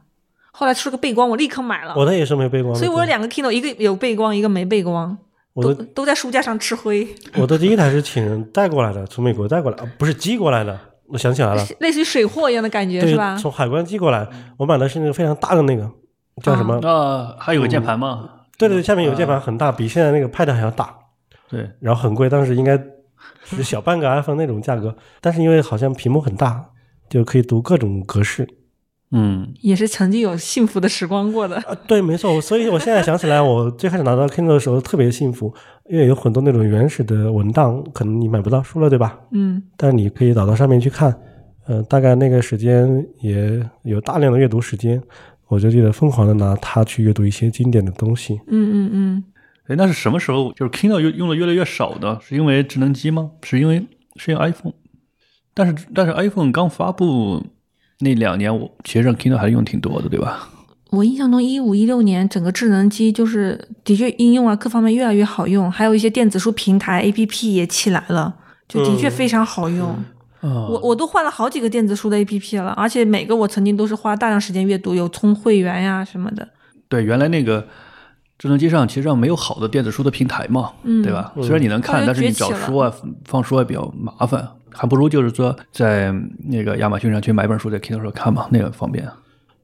[SPEAKER 2] 后来出了个背光，我立刻买了。
[SPEAKER 1] 我的也是没背光的，
[SPEAKER 2] 所以我有
[SPEAKER 1] 对
[SPEAKER 2] 两个 Kindle，一个有背光，一个没背光，
[SPEAKER 1] 我
[SPEAKER 2] 都
[SPEAKER 1] 的
[SPEAKER 2] 都在书架上吃灰，
[SPEAKER 1] 我的第一台是请人带过来的，从美国带过来，啊、不是寄过来的。我想起来了，
[SPEAKER 2] 类似于水货一样的感觉
[SPEAKER 1] 对
[SPEAKER 2] 是吧，？嗯
[SPEAKER 1] 从海关寄过来，我买的是那个非常大的那个，叫什么？
[SPEAKER 2] 啊
[SPEAKER 3] 那、还有个键盘吗？
[SPEAKER 1] 对对对，下面
[SPEAKER 2] 嗯
[SPEAKER 1] 有键盘，很大，比现在那个 Pad 还要大，
[SPEAKER 3] 对，
[SPEAKER 1] 然后很贵，当时应该是小半个 iPhone 那种价格，但是因为好像屏幕很大，就可以读各种格式。
[SPEAKER 3] 嗯，
[SPEAKER 2] 也是曾经有幸福的时光过的。
[SPEAKER 1] 啊，对，没错，我所以我现在想起来，我最开始拿到 Kindle 的时候特别幸福，因为有很多那种原始的文档，可能你买不到书了，对吧？
[SPEAKER 2] 嗯，
[SPEAKER 1] 但是你可以导到上面去看。呃，大概那个时间也有大量的阅读时间，我就记得疯狂的拿它去阅读一些经典的东西。
[SPEAKER 2] 嗯嗯嗯。
[SPEAKER 3] 哎，那是什么时候就是 Kindle 用用的越来越少呢？是因为智能机吗？是因为是因为 iPhone？但是但是 iPhone 刚发布那两年，我其实 Kindle 还是用挺多的，对吧？
[SPEAKER 2] 我印象中，一五一六年整个智能机就是的确应用啊，各方面越来越好用，还有一些电子书平台 APP 也起来了，就的
[SPEAKER 1] 嗯
[SPEAKER 2] 确非常好用。
[SPEAKER 3] 啊，
[SPEAKER 2] 我我都换了好几个电子书的 APP 了，而且每个我曾经都是花大量时间阅读，有充会员呀、什么的。
[SPEAKER 3] 对，原来那个智能机上其实上没有好的电子书的平台嘛，
[SPEAKER 2] 嗯
[SPEAKER 3] 对吧？虽然你能看，
[SPEAKER 2] 后来
[SPEAKER 3] 但是你
[SPEAKER 2] 崛起
[SPEAKER 3] 找
[SPEAKER 2] 了
[SPEAKER 3] 书啊、放书啊比较麻烦，还不如就是说在那个亚马逊上去买本书，在 Kindle 上看嘛，那个方便。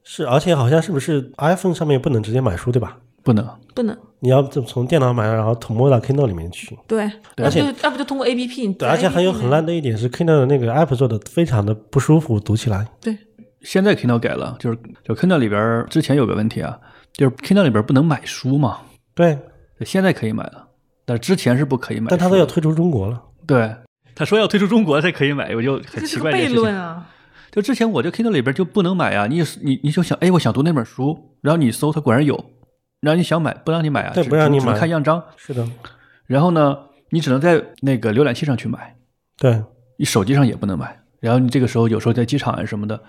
[SPEAKER 1] 是，而且好像是不是 iPhone 上面不能直接买书，对吧？
[SPEAKER 3] 不能，
[SPEAKER 2] 不能，
[SPEAKER 1] 你要就从电脑买，然后捅没到 Kindle 里面去。
[SPEAKER 2] 对，
[SPEAKER 1] 而
[SPEAKER 2] 要不
[SPEAKER 1] 且
[SPEAKER 2] 就要不就通过 APP，
[SPEAKER 1] 对，而且还有很烂的一点是 Kindle 的那个 App 做的非常的不舒服，读起来。
[SPEAKER 2] 对，
[SPEAKER 3] 现在 Kindle 改了，就是就 Kindle 里边儿之前有个问题啊，就是 Kindle 里边儿不能买书嘛，
[SPEAKER 1] 对，
[SPEAKER 3] 现在可以买了，但是之前是不可以买书的。
[SPEAKER 1] 但他都要退出中国了，
[SPEAKER 3] 对，他说要退出中国才可以买，我就很
[SPEAKER 2] 这
[SPEAKER 3] 奇
[SPEAKER 2] 是
[SPEAKER 3] 怪
[SPEAKER 2] 个
[SPEAKER 3] 这
[SPEAKER 2] 悖
[SPEAKER 3] 件事情
[SPEAKER 2] 论啊！
[SPEAKER 3] 就之前我这 Kindle 里边就不能买啊，你你你就想，哎，我想读那本书，然后你搜，它果然有，然后你想买，不让你买啊，
[SPEAKER 1] 对
[SPEAKER 3] 只
[SPEAKER 1] 不让你
[SPEAKER 3] 只能
[SPEAKER 1] 买
[SPEAKER 3] 看样张，
[SPEAKER 1] 是的，
[SPEAKER 3] 然后呢，你只能在那个浏览器上去买，
[SPEAKER 1] 对，
[SPEAKER 3] 你手机上也不能买，然后你这个时候有时候在机场啊什么的，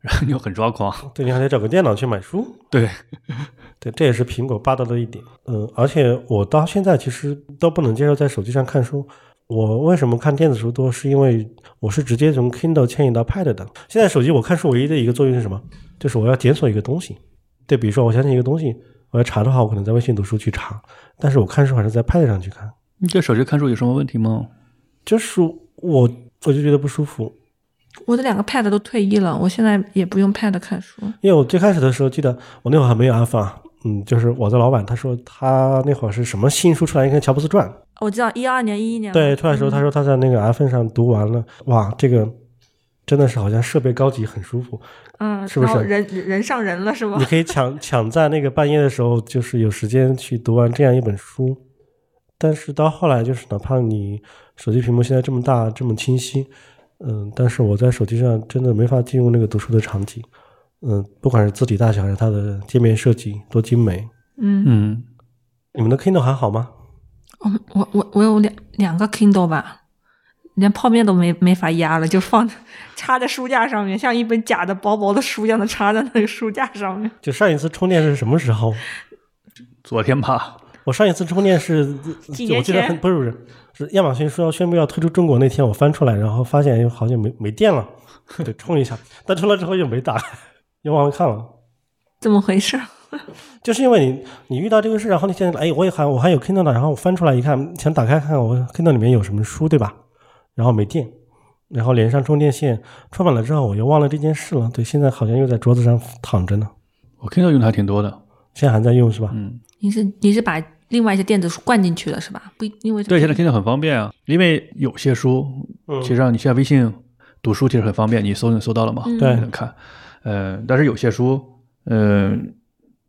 [SPEAKER 3] 然后你就很抓狂，
[SPEAKER 1] 对你还得找个电脑去买书，
[SPEAKER 3] 对，
[SPEAKER 1] 对，这也是苹果霸道的一点。嗯，而且我到现在其实都不能接受在手机上看书。我为什么看电子书多？是因为我是直接从 Kindle 迁移到 Pad 的。现在手机我看书唯一的一个作用是什么？就是我要检索一个东西。对，比如说我想起一个东西，我要查的话，我可能在微信读书去查，但是我看书还是在 Pad 上去看。
[SPEAKER 3] 你对手机看书有什么问题吗？
[SPEAKER 1] 就是我我就觉得不舒服，
[SPEAKER 2] 我的两个 Pad 都退役了，我现在也不用 Pad 看书。
[SPEAKER 1] 因为我最开始的时候记得我那会儿还没有阿法，嗯，就是我的老板他说他那会儿是什么新书出来，应该《乔布斯传》，
[SPEAKER 2] 我知道一二年、一一年嘛嗯
[SPEAKER 1] 对，出来的时候他说他在那个 iPhone 上读完了，哇，这个真的是好像设备高级，很舒服。
[SPEAKER 2] 嗯，
[SPEAKER 1] 是不是
[SPEAKER 2] 然后人人上人了是吗
[SPEAKER 1] 你？可以抢抢在那个半夜的时候，就是有时间去读完这样一本书。但是到后来，就是哪怕你手机屏幕现在这么大、这么清晰，嗯，但是我在手机上真的没法进入那个读书的场景。嗯，不管是字体大小还是它的界面设计多精美，
[SPEAKER 2] 嗯，
[SPEAKER 3] 嗯，
[SPEAKER 1] 你们的 Kindle 还好吗？
[SPEAKER 2] 我我我我有两两个 Kindle 吧，连泡面都没没法压了，就放插在书架上面，像一本假的薄薄的书一样的插在那个书架上面。
[SPEAKER 1] 就上一次充电是什么时候？
[SPEAKER 3] 昨天吧，
[SPEAKER 1] 我上一次充电是，
[SPEAKER 2] 几
[SPEAKER 1] 我
[SPEAKER 2] 年
[SPEAKER 1] 记得很
[SPEAKER 2] 前
[SPEAKER 1] 不是不是，是亚马逊说要宣布要退出中国那天，我翻出来，然后发现又好像没没电了， 得充一下。但充了之后又没打开，又忘了看了。
[SPEAKER 2] 这么回事儿？
[SPEAKER 1] 就是因为你你遇到这个事，然后你现在哎，我也还我还有 Kindle 呢，然后我翻出来一看，想打开看看我 Kindle 里面有什么书，对吧？然后没电，然后连上充电线，充满了之后我又忘了这件事了。对，现在好像又在桌子上躺着呢，
[SPEAKER 3] 我 Kindle 用的还挺多的，
[SPEAKER 1] 现在还在用是吧？
[SPEAKER 3] 嗯，
[SPEAKER 2] 你是你是把另外一些电子书灌进去了是吧？不一，因为
[SPEAKER 3] 对，现在 Kindle 很方便啊，因为有些书
[SPEAKER 1] 嗯
[SPEAKER 3] 其实让你现在微信读书其实很方便，你搜就搜到了嘛，
[SPEAKER 2] 嗯
[SPEAKER 1] 对
[SPEAKER 3] 才能看。呃，但是有些书，呃，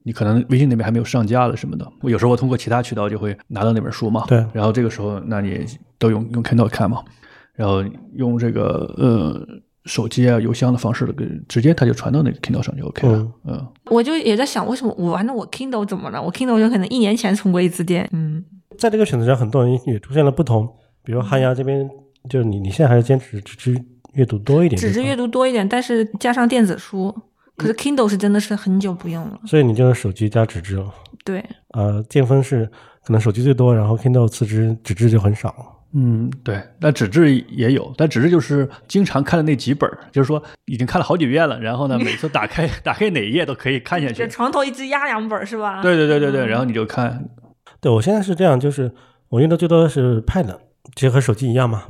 [SPEAKER 3] 你可能微信那边还没有上架了什么的，我有时候我通过其他渠道就会拿到那本书嘛。
[SPEAKER 1] 对
[SPEAKER 3] 然后这个时候，那你都用用 Kindle 看嘛，然后用这个呃手机啊邮箱的方式给直接它就传到那个 Kindle 上就 OK 了。嗯，
[SPEAKER 2] 我就也在想，为什么我玩的我 Kindle 怎么了？我 Kindle 就可能一年前充过一次电。嗯，
[SPEAKER 1] 在这个选择上，很多人也出现了不同。比如汉阳这边，就是你你现在还是坚持纸质阅读多一点，
[SPEAKER 2] 纸质阅
[SPEAKER 1] 读，
[SPEAKER 2] 读多一点，但是加上电子书。可是 Kindle 是真的是很久不用了，
[SPEAKER 1] 所以你就是手机加纸质了。
[SPEAKER 2] 对，
[SPEAKER 1] 呃，见风是可能手机最多，然后 Kindle 次之，纸质就很少。
[SPEAKER 3] 嗯，对，但纸质也有，但纸质就是经常看的那几本儿，就是说已经看了好几遍了，然后呢，每次打开 打开哪一页都可以看下
[SPEAKER 2] 就
[SPEAKER 3] 去。
[SPEAKER 2] 床头一只压两本儿是吧？
[SPEAKER 3] 对对对对对，
[SPEAKER 2] 嗯
[SPEAKER 3] 然后你就看，
[SPEAKER 1] 对我现在是这样，就是我用的最多的是 Pad，其实和手机一样嘛。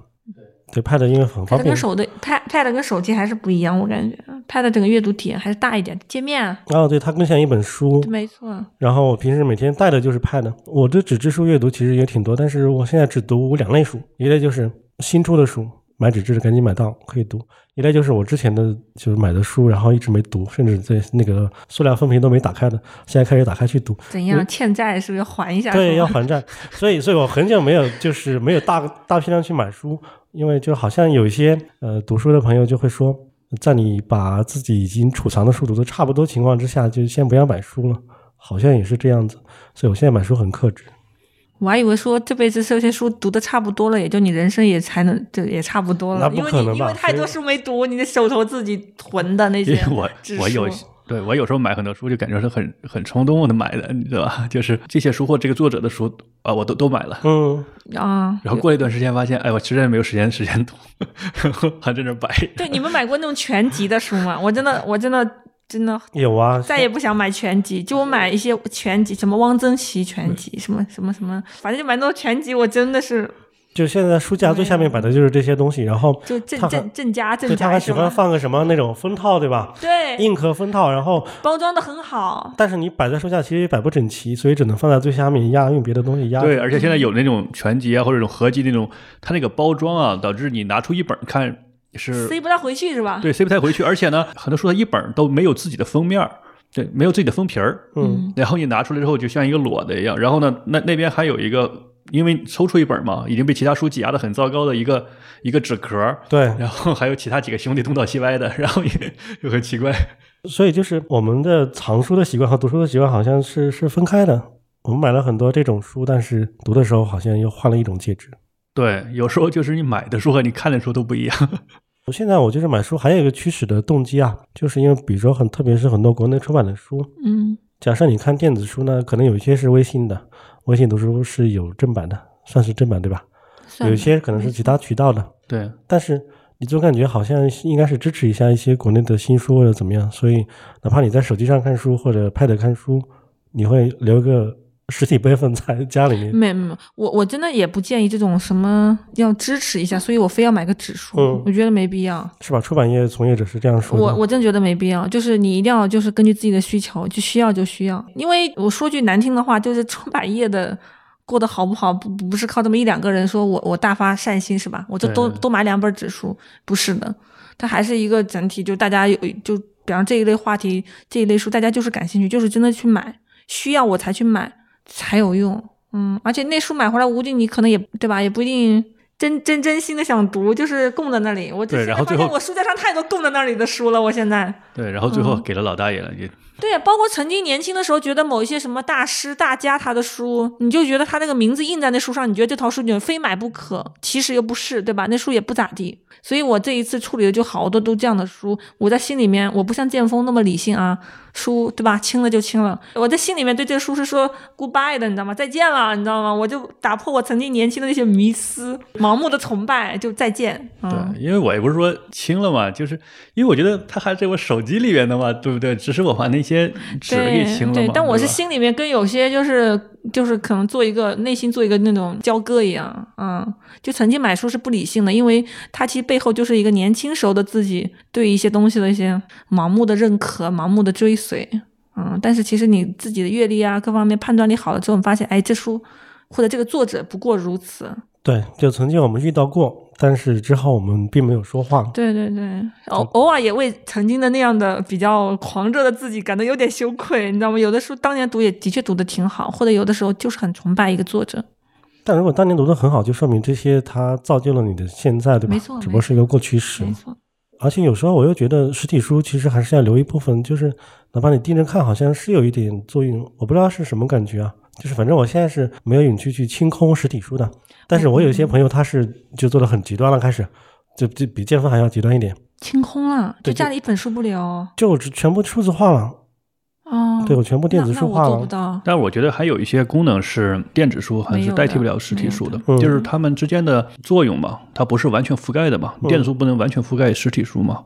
[SPEAKER 1] 对 Pad 因为很方
[SPEAKER 2] 它
[SPEAKER 1] 便
[SPEAKER 2] 跟，嗯手的 Pad Pad 跟手机还是不一样，我感觉 Pad 整个阅读体验还是大一点，界面啊
[SPEAKER 1] 然后对它更像一本书。
[SPEAKER 2] 没错，
[SPEAKER 1] 然后我平时每天带的就是 Pad。我对纸质书阅读其实也挺多，但是我现在只读两类书，一类就是新出的书，买纸质的赶紧买到可以读；一类就是我之前的就是买的书，然后一直没读，甚至在那个塑料封皮都没打开的，现在开始打开去读。
[SPEAKER 2] 怎样欠债是不是要还一下？
[SPEAKER 1] 对，
[SPEAKER 2] 是
[SPEAKER 1] 要
[SPEAKER 2] 吧
[SPEAKER 1] 还债，所以，所以我很久没有就是没有大大批量去买书，因为就好像有一些呃读书的朋友就会说，在你把自己已经储藏的书读的差不多情况之下，就先不要买书了，好像也是这样子，所以我现在买书很克制。
[SPEAKER 2] 我还以为说这辈子这些书读的差不多了，也就你人生也才能就也差不多
[SPEAKER 1] 那
[SPEAKER 2] 了，
[SPEAKER 1] 不
[SPEAKER 2] 因为
[SPEAKER 1] 可
[SPEAKER 2] 你
[SPEAKER 1] 能
[SPEAKER 2] 因
[SPEAKER 1] 吧
[SPEAKER 2] 为太多
[SPEAKER 1] 谁
[SPEAKER 2] 书没读，你的手头自己囤的那
[SPEAKER 3] 因
[SPEAKER 2] 些
[SPEAKER 3] 为 我
[SPEAKER 2] 纸
[SPEAKER 3] 我有
[SPEAKER 2] 书
[SPEAKER 3] 对我有时候买很多书就感觉是很很冲动的买的，你知道吧？ 就是这些书或这个作者的书啊，我都都买了。
[SPEAKER 1] 嗯，
[SPEAKER 2] 啊。
[SPEAKER 3] 然后过了一段时间，发现哎，我实在没有时间时间读， 然后还在那儿摆。
[SPEAKER 2] 对，你们买过那种全集的书吗？我真的，我真的，真的
[SPEAKER 1] 有啊，
[SPEAKER 2] 再也不想买全集，就我买一些全集，什么汪曾祺全集，什么什么什么，反正就买那种全集，我真的是
[SPEAKER 1] 就现在书架最下面摆的就是这些东西，然后
[SPEAKER 2] 就正
[SPEAKER 1] 他还
[SPEAKER 2] 正正家正
[SPEAKER 1] 对他
[SPEAKER 2] 宅
[SPEAKER 1] 还
[SPEAKER 2] 是哎
[SPEAKER 1] 喜欢
[SPEAKER 2] 吧？
[SPEAKER 1] 放个什么那种封套，对吧？
[SPEAKER 2] 对，
[SPEAKER 1] 硬壳封套，然后
[SPEAKER 2] 包装的很好，
[SPEAKER 1] 但是你摆在书架其实也摆不整齐，所以只能放在最下面压，用别的东西压。
[SPEAKER 3] 对，，而且现在有那种全集啊，或者那种合集那种，它那个包装啊，导致你拿出一本看，是
[SPEAKER 2] 塞不大回去是吧？
[SPEAKER 3] 对塞不太回去，而且呢，很多书它一本都没有自己的封面儿，对，没有自己的封皮儿，
[SPEAKER 1] 嗯，
[SPEAKER 3] 然后你拿出来之后就像一个裸的一样，然后呢，那那边还有一个，因为抽出一本嘛，已经被其他书挤压的很糟糕的一个一个纸壳儿，
[SPEAKER 1] 对，
[SPEAKER 3] 然后还有其他几个兄弟东倒西歪的，然后也就很奇怪。
[SPEAKER 1] 所以就是我们的藏书的习惯和读书的习惯好像是是分开的。我们买了很多这种书，但是读的时候好像又换了一种介质。
[SPEAKER 3] 对，有时候就是你买的书和你看的书都不一样。
[SPEAKER 1] 我现在我就是买书，还有一个驱使的动机啊，就是因为比如说很，特别是很多国内出版的书，
[SPEAKER 2] 嗯
[SPEAKER 1] 假设你看电子书呢，可能有一些是微信的，微信读书是有正版的，算是正版对吧？
[SPEAKER 2] 算
[SPEAKER 1] 有
[SPEAKER 2] 了
[SPEAKER 1] 一些可能是其他渠道的，
[SPEAKER 3] 对，
[SPEAKER 1] 但是你总感觉好像是应该是支持一下一些国内的新书或者怎么样，所以哪怕你在手机上看书或者 Pad 看书，你会留个实体备份在家里面。
[SPEAKER 2] 没没，我我真的也不建议这种什么要支持一下，所以我非要买个指数，
[SPEAKER 1] 嗯
[SPEAKER 2] 我觉得没必要。
[SPEAKER 1] 是吧？出版业从业者是这样说的。
[SPEAKER 2] 我我真觉得没必要，就是你一定要就是根据自己的需求，就需要就需要。因为我说句难听的话，就是出版业的过得好不好，不不是靠这么一两个人说我我大发善心是吧？我就多
[SPEAKER 3] 对
[SPEAKER 2] 多买两本指数，不是的，它还是一个整体，就大家有就比方这一类话题这一类书，大家就是感兴趣，就是真的去买，需要我才去买才有用。嗯，而且那书买回来，无尽你可能也对吧，也不一定。真真真心的想读，就是供在那里。我只
[SPEAKER 3] 对
[SPEAKER 2] 现在
[SPEAKER 3] 然后
[SPEAKER 2] 发
[SPEAKER 3] 最
[SPEAKER 2] 现
[SPEAKER 3] 后
[SPEAKER 2] 我书架上太多供在那里的书了，我现在。
[SPEAKER 3] 对，然后
[SPEAKER 2] 嗯
[SPEAKER 3] 最后给了老大爷了，也
[SPEAKER 2] 对呀，包括曾经年轻的时候，觉得某一些什么大师大家他的书，你就觉得他那个名字印在那书上，你觉得这套书你非买不可，其实又不是，对吧？那书也不咋地。所以我这一次处理的就好多都这样的书，我在心里面，我不像剑锋那么理性啊，书对吧？清了就清了，我在心里面对这个书是说 goodbye 的，你知道吗？再见了，你知道吗？我就打破我曾经年轻的那些迷思，盲目的崇拜，就再见。嗯，
[SPEAKER 3] 对，因为我也不是说清了嘛，就是因为我觉得它还在我手机里面的嘛，对不对？只是我把那些纸给清了嘛。
[SPEAKER 2] 对，但我是
[SPEAKER 3] 吧
[SPEAKER 2] 心里面跟有些就是就是可能做一个内心做一个那种交割一样，嗯，就曾经买书是不理性的，因为它其实背后就是一个年轻时候的自己对一些东西的一些盲目的认可、盲目的追随，嗯，但是其实你自己的阅历啊各方面判断力好了之后，你发现哎这书或者这个作者不过如此，
[SPEAKER 1] 对，就曾经我们遇到过，但是之后我们并没有说话。
[SPEAKER 2] 对对对，偶哦
[SPEAKER 1] 嗯
[SPEAKER 2] 偶尔也为曾经的那样的比较狂热的自己感到有点羞愧， 你知道吗？有的书当年读也的确读的挺好，或者有的时候就是很崇拜一个作者。
[SPEAKER 1] 但如果当年读的很好，就说明这些它造就了你的现在，对吧？
[SPEAKER 2] 没错
[SPEAKER 1] 只不过是一个过去式。
[SPEAKER 2] 没错，
[SPEAKER 1] 而且有时候我又觉得实体书其实还是要留一部分，就是哪怕你盯着看，好像是有一点作用，我不知道是什么感觉啊。就是反正我现在是没有勇气去清空实体书的，但是我
[SPEAKER 2] 嗯
[SPEAKER 1] 有些朋友他是就做的很极端了，开始就就比建锋还要极端一点，
[SPEAKER 2] 清空了，
[SPEAKER 1] 对
[SPEAKER 2] 就
[SPEAKER 1] 就
[SPEAKER 2] 家里一本书不留哦。
[SPEAKER 1] 就只全部数字化了，对我全部电子书
[SPEAKER 2] 那
[SPEAKER 1] 化
[SPEAKER 2] 那我做不
[SPEAKER 1] 了。
[SPEAKER 2] 到。
[SPEAKER 3] 但我觉得还有一些功能是电子书还
[SPEAKER 2] 没
[SPEAKER 3] 是
[SPEAKER 2] 有
[SPEAKER 3] 代替
[SPEAKER 2] 的
[SPEAKER 3] 不了实体
[SPEAKER 2] 没有
[SPEAKER 3] 书的
[SPEAKER 2] 的，
[SPEAKER 1] 嗯
[SPEAKER 3] 就是它们之间的作用嘛，它不是完全覆盖的嘛，
[SPEAKER 1] 嗯
[SPEAKER 3] 电子书不能完全覆盖实体书嘛，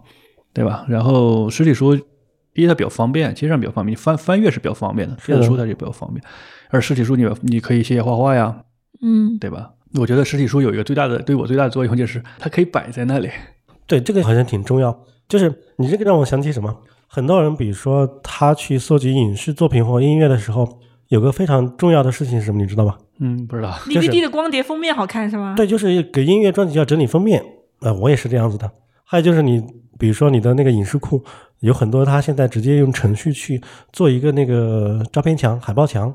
[SPEAKER 3] 对吧？然后实体书第一它比较方便，其实上比较方便，你翻翻阅是比较方便的，
[SPEAKER 1] 是的
[SPEAKER 3] 电子书它就比较方便，而实体书你你可以写写画画呀，
[SPEAKER 2] 嗯，
[SPEAKER 3] 对吧？我觉得实体书有一个最大的对我最大的作用就是它可以摆在那里，
[SPEAKER 1] 对，这个好像挺重要。就是你这个让我想起什么？很多人，比如说他去搜集影视作品或音乐的时候，有个非常重要的事情是什么，你知道吗？
[SPEAKER 3] 嗯，不知道，
[SPEAKER 1] 就是
[SPEAKER 2] DVD 的光碟封面好看是吧？
[SPEAKER 1] 对，就是给音乐专辑要整理封面，呃，我也是这样子的。还有就是你，比如说你的那个影视库，有很多它现在直接用程序去做一个那个照片墙、海报墙，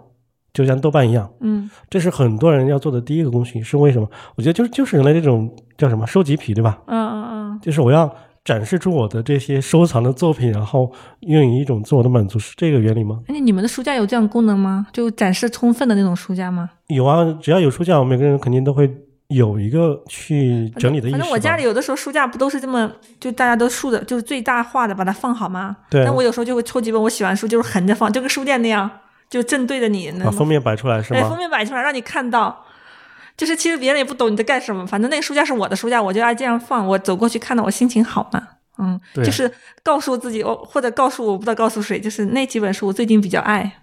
[SPEAKER 1] 就像豆瓣一样，
[SPEAKER 2] 嗯，
[SPEAKER 1] 这是很多人要做的第一个工序。是为什么？我觉得就是就是人类这种叫什么收集癖，对吧？
[SPEAKER 2] 嗯嗯
[SPEAKER 1] 就是我要展示出我的这些收藏的作品，然后用以一种自我的满足，是这个原理吗？
[SPEAKER 2] 嗯。那你们的书架有这样功能吗？就展示充分的那种书架吗？
[SPEAKER 1] 有啊，只要有书架，我们每个人肯定都会有一个去整理的意识吧。
[SPEAKER 2] 反正我家里有的时候书架不都是这么，就大家都竖着，就是最大化的把它放好吗？
[SPEAKER 1] 对
[SPEAKER 2] 但我有时候就会抽几本我喜欢的书，就是横着放，就跟书店那样，就正对着你，那
[SPEAKER 1] 把
[SPEAKER 2] 么
[SPEAKER 1] 啊封面摆出来是
[SPEAKER 2] 对，
[SPEAKER 1] 吗
[SPEAKER 2] 封？面摆出来让你看到。就是其实别人也不懂你在干什么，反正那个书架是我的书架，我就爱这样放。我走过去看到我心情好嘛，嗯，
[SPEAKER 3] 对
[SPEAKER 2] 就是告诉自己，哦，或者告诉我不知道告诉谁，就是那几本书我最近比较爱。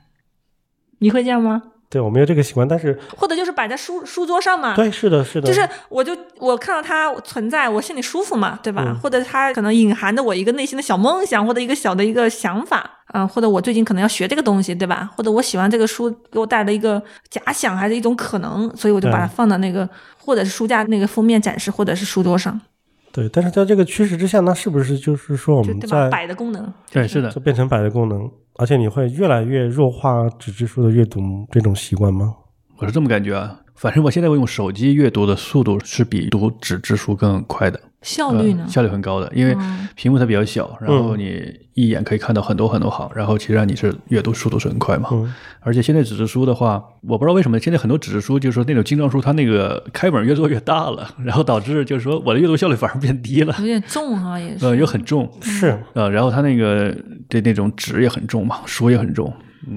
[SPEAKER 2] 你会这样吗？
[SPEAKER 1] 对，我没有这个习惯，但是
[SPEAKER 2] 或者就是摆在书书桌上嘛，
[SPEAKER 1] 对，是的，是的，
[SPEAKER 2] 啊就是我就我看到它存在，我心里舒服嘛，对吧？
[SPEAKER 1] 嗯
[SPEAKER 2] 或者它可能隐含着我一个内心的小梦想，或者一个小的一个想法啊、或者我最近可能要学这个东西，对吧？或者我喜欢这个书给我带来的一个假想，还是一种可能，所以我就把它
[SPEAKER 1] 对
[SPEAKER 2] 放到那个或者是书架那个封面展示，或者是书桌上。
[SPEAKER 1] 对，但是在这个趋势之下，那是不是就是说我
[SPEAKER 2] 就
[SPEAKER 1] 们
[SPEAKER 2] 对吧？
[SPEAKER 1] 在
[SPEAKER 2] 摆的功能，
[SPEAKER 3] 对，是的
[SPEAKER 1] 就，变成百的功能，而且你会越来越弱化纸质书的阅读这种习惯
[SPEAKER 2] 嗯
[SPEAKER 1] 吗？
[SPEAKER 3] 我是这么感觉啊。反正我现在我用手机阅读的速度是比读纸质书更快的，
[SPEAKER 2] 效率哦呢
[SPEAKER 3] 呃？效率很高的，因为
[SPEAKER 2] 嗯
[SPEAKER 3] 屏幕它比较小，然后你一眼可以看到很多很多行，然后其实让你是阅读速度是很快嘛。
[SPEAKER 1] 嗯
[SPEAKER 3] 而且现在纸质书的话，我不知道为什么现在很多纸质书就是说那种精装书，它那个开本越做越大了，然后导致就是说我的阅读效率反而变低 了，
[SPEAKER 2] 有点重哈，也是。
[SPEAKER 3] 呃，又很重，
[SPEAKER 1] 是，
[SPEAKER 3] 呃，然后它那个对那种纸也很重嘛，书也很重，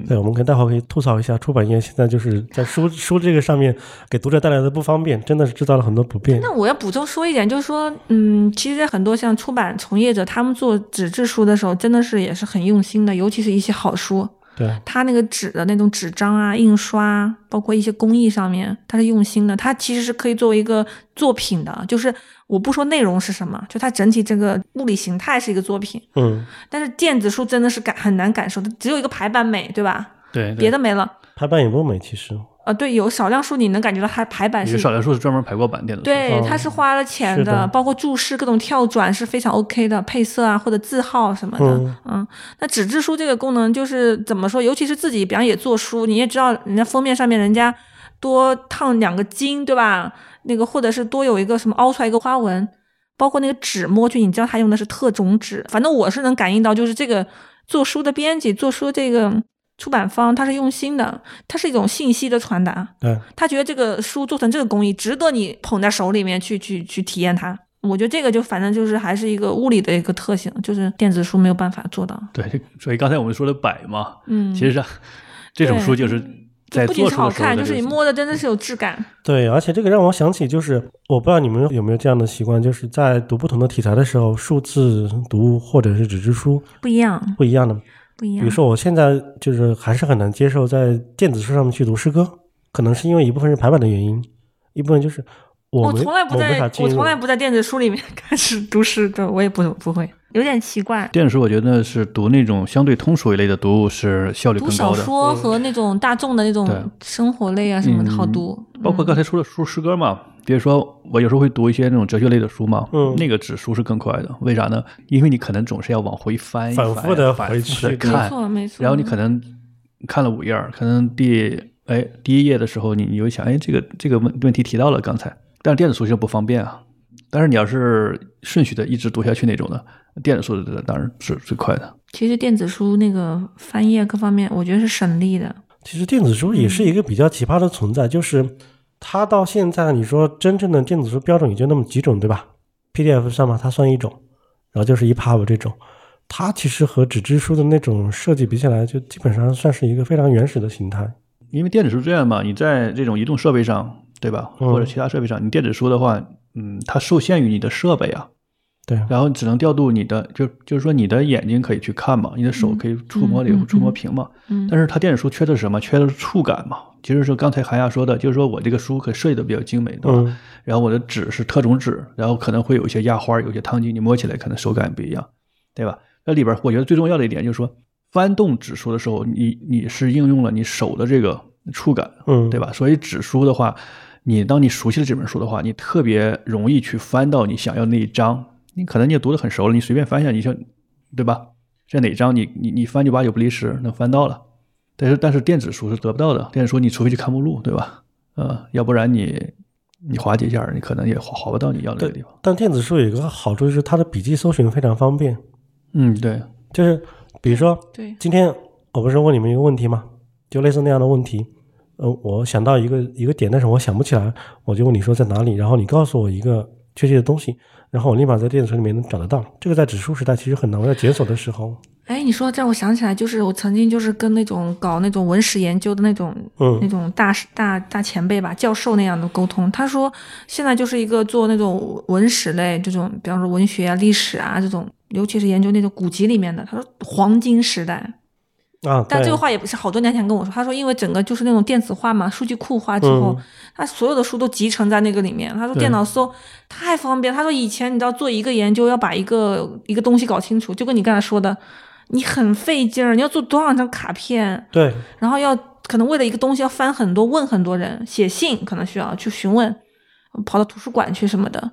[SPEAKER 1] 对，我们可以待会儿可以吐槽一下出版业现在就是在书书这个上面给读者带来的不方便，真的是制造了很多不便。
[SPEAKER 2] 那我要补充说一点，就是说，嗯，其实很多像出版从业者，他们做纸质书的时候，真的是也是很用心的，尤其是一些好书，
[SPEAKER 1] 对，
[SPEAKER 2] 它那个纸的那种纸张啊、印刷啊，包括一些工艺上面，它是用心的。它其实是可以作为一个作品的，就是我不说内容是什么，就它整体这个物理形态是一个作品。
[SPEAKER 1] 嗯，
[SPEAKER 2] 但是电子书真的是感很难感受的，只有一个排版美，对吧？
[SPEAKER 3] 对，
[SPEAKER 2] 别的没了。
[SPEAKER 1] 排版也不美，其实
[SPEAKER 2] 呃，对，有少量书你能感觉到它排版
[SPEAKER 3] 有
[SPEAKER 2] 是
[SPEAKER 3] 少量数是专门排过版电子书，
[SPEAKER 2] 对，它是花了钱
[SPEAKER 1] 哦是
[SPEAKER 2] 的，
[SPEAKER 1] 的
[SPEAKER 2] 包括注释、各种跳转是非常 OK 的，配色啊或者字号什么的。
[SPEAKER 1] 嗯
[SPEAKER 2] 嗯那纸质书这个功能就是怎么说？尤其是自己，比方也做书，你也知道，人家封面上面人家多烫两个金，对吧？那个或者是多有一个什么凹出来一个花纹，包括那个纸摸去，你知道它用的是特种纸。反正我是能感应到，就是这个做书的编辑、做书这个出版方，他是用心的，它是一种信息的传达。
[SPEAKER 1] 对，
[SPEAKER 2] 他觉得这个书做成这个工艺值得你捧在手里面去去去体验它。我觉得这个就反正就是还是一个物理的一个特性，就是电子书没有办法做到。
[SPEAKER 3] 对，这所以刚才我们说的摆嘛，
[SPEAKER 2] 嗯，
[SPEAKER 3] 其实上这种
[SPEAKER 2] 对
[SPEAKER 3] 书就是
[SPEAKER 2] 就
[SPEAKER 3] 在
[SPEAKER 2] 不仅
[SPEAKER 3] 做
[SPEAKER 2] 是
[SPEAKER 3] 书
[SPEAKER 2] 好
[SPEAKER 3] 的时候
[SPEAKER 2] 看，
[SPEAKER 3] 的
[SPEAKER 2] 就是你
[SPEAKER 3] 这个
[SPEAKER 2] 摸的真的是有质感。
[SPEAKER 1] 对，而且这个让我想起，就是我不知道你们有没有这样的习惯，就是在读不同的题材的时候，数字读物或者是纸质书
[SPEAKER 2] 不一样，
[SPEAKER 1] 不一样的。
[SPEAKER 2] 不一
[SPEAKER 1] 比
[SPEAKER 2] 样。
[SPEAKER 1] 如，说，我现在就是还是很难接受在电子书上面去读诗歌，可能是因为一部分是排版的原因，一部分就是我
[SPEAKER 2] 我
[SPEAKER 1] 没
[SPEAKER 2] 从来不
[SPEAKER 1] 我没
[SPEAKER 2] 在
[SPEAKER 1] 法
[SPEAKER 2] 我
[SPEAKER 1] 进入
[SPEAKER 2] 从。来不在电子书里面 开始读诗的，我也不不会，有点奇怪。
[SPEAKER 3] 电子书，我觉得是读那种相对通俗一类的读物是效率
[SPEAKER 2] 读
[SPEAKER 3] 更
[SPEAKER 2] 小
[SPEAKER 3] 高的。嗯
[SPEAKER 2] 说和那种大众的那
[SPEAKER 3] 对嗯
[SPEAKER 2] 种生活类啊什么的好读，
[SPEAKER 3] 包括刚才说的书诗歌嘛，比如说我有时候会读一些那种哲学类的书嘛，
[SPEAKER 1] 嗯
[SPEAKER 3] 那个纸书是更快的，为啥呢？因为你可能总是要往回翻一翻，
[SPEAKER 1] 反复地
[SPEAKER 3] 反
[SPEAKER 1] 回
[SPEAKER 3] 复地
[SPEAKER 1] 去
[SPEAKER 2] 没
[SPEAKER 3] 看，
[SPEAKER 2] 错没错。
[SPEAKER 3] 然后你可能看了五页儿，可能第哎第一页的时候你，你就想，哎，这个这个问问题提到了刚才，但是电子书就不方便啊。但是你要是顺序的一直读下去那种的，电子书的当然是最快的。
[SPEAKER 2] 其实电子书那个翻页各方面，我觉得是省力的。
[SPEAKER 1] 其实电子书也是一个比较奇葩的存在，就是它到现在，你说真正的电子书标准也就那么几种，对吧？PDF 上嘛，它算一种，然后就是 EPUB 这种，它其实和纸质书的那种设计比起来，就基本上算是一个非常原始的形态。
[SPEAKER 3] 因为电子书这样嘛，你在这种移动设备上，对吧，
[SPEAKER 1] 嗯
[SPEAKER 3] 或者其他设备上，你电子书的话，嗯，它受限于你的设备啊，
[SPEAKER 1] 对，
[SPEAKER 3] 然后只能调度你的，就就是说你的眼睛可以去看嘛，你的手
[SPEAKER 2] 嗯
[SPEAKER 3] 可以触摸这个
[SPEAKER 2] 嗯嗯
[SPEAKER 3] 触摸屏嘛，
[SPEAKER 2] 嗯，
[SPEAKER 3] 但是它电子书缺的是什么？缺的是触感嘛。其实是刚才韩亚说的，就是说我这个书可以设计的比较精美，对吧？
[SPEAKER 1] 嗯，
[SPEAKER 3] 然后我的纸是特种纸，然后可能会有一些压花，有一些烫金，你摸起来可能手感不一样，对吧？那里边我觉得最重要的一点就是说，翻动纸书的时候，你你是应用了你手的这个触感，
[SPEAKER 1] 嗯，
[SPEAKER 3] 对？吧？所以纸书的话，你当你熟悉了这本书的话，你特别容易去翻到你想要那一章。你可能你也读得很熟了，你随便翻一下，你就，对吧？这哪章你你你翻就八九不离十，能翻到了。但是但是电子书是得不到的，电子书你除非去看目录，对吧？呃，要不然你你划几下，你可能也划划不到你要的那个地方。
[SPEAKER 1] 但电子书有一个好处就是它的笔记搜寻非常方便，
[SPEAKER 3] 嗯，对，
[SPEAKER 1] 就是比如说
[SPEAKER 2] 对，
[SPEAKER 1] 今天我不是问你们一个问题吗？就类似那样的问题，呃，我想到一个一个点，但是我想不起来，我就问你说在哪里，然后你告诉我一个确切的东西，然后我立马在电子书里面能找得到。这个在指数时代其实很难，我在检索的时候，
[SPEAKER 2] 哎，你说这让我想起来，就是我曾经就是跟那种搞那种文史研究的那种、
[SPEAKER 1] 嗯
[SPEAKER 2] 那种大师大大前辈吧，教授那样的沟通，他说现在就是一个做那种文史类这种，比方说文学啊、历史啊这种，尤其是研究那种古籍里面的，他说黄金时代。
[SPEAKER 1] 啊，
[SPEAKER 2] 但
[SPEAKER 1] 对
[SPEAKER 2] 这个话也不是好多年前跟我说，他说因为整个就是那种电子化嘛，数据库化之后
[SPEAKER 1] 嗯，
[SPEAKER 2] 他、所有的书都集成在那个里面。他说
[SPEAKER 3] 对
[SPEAKER 2] 电脑搜太方便，他说以前你知道做一个研究要把一个一个东西搞清楚，就跟你刚才说的，你很费劲儿，你要做多少张卡片，
[SPEAKER 1] 对，
[SPEAKER 2] 然后要可能为了一个东西要翻很多问很多人，写信可能需要去询问。跑到图书馆去什么的。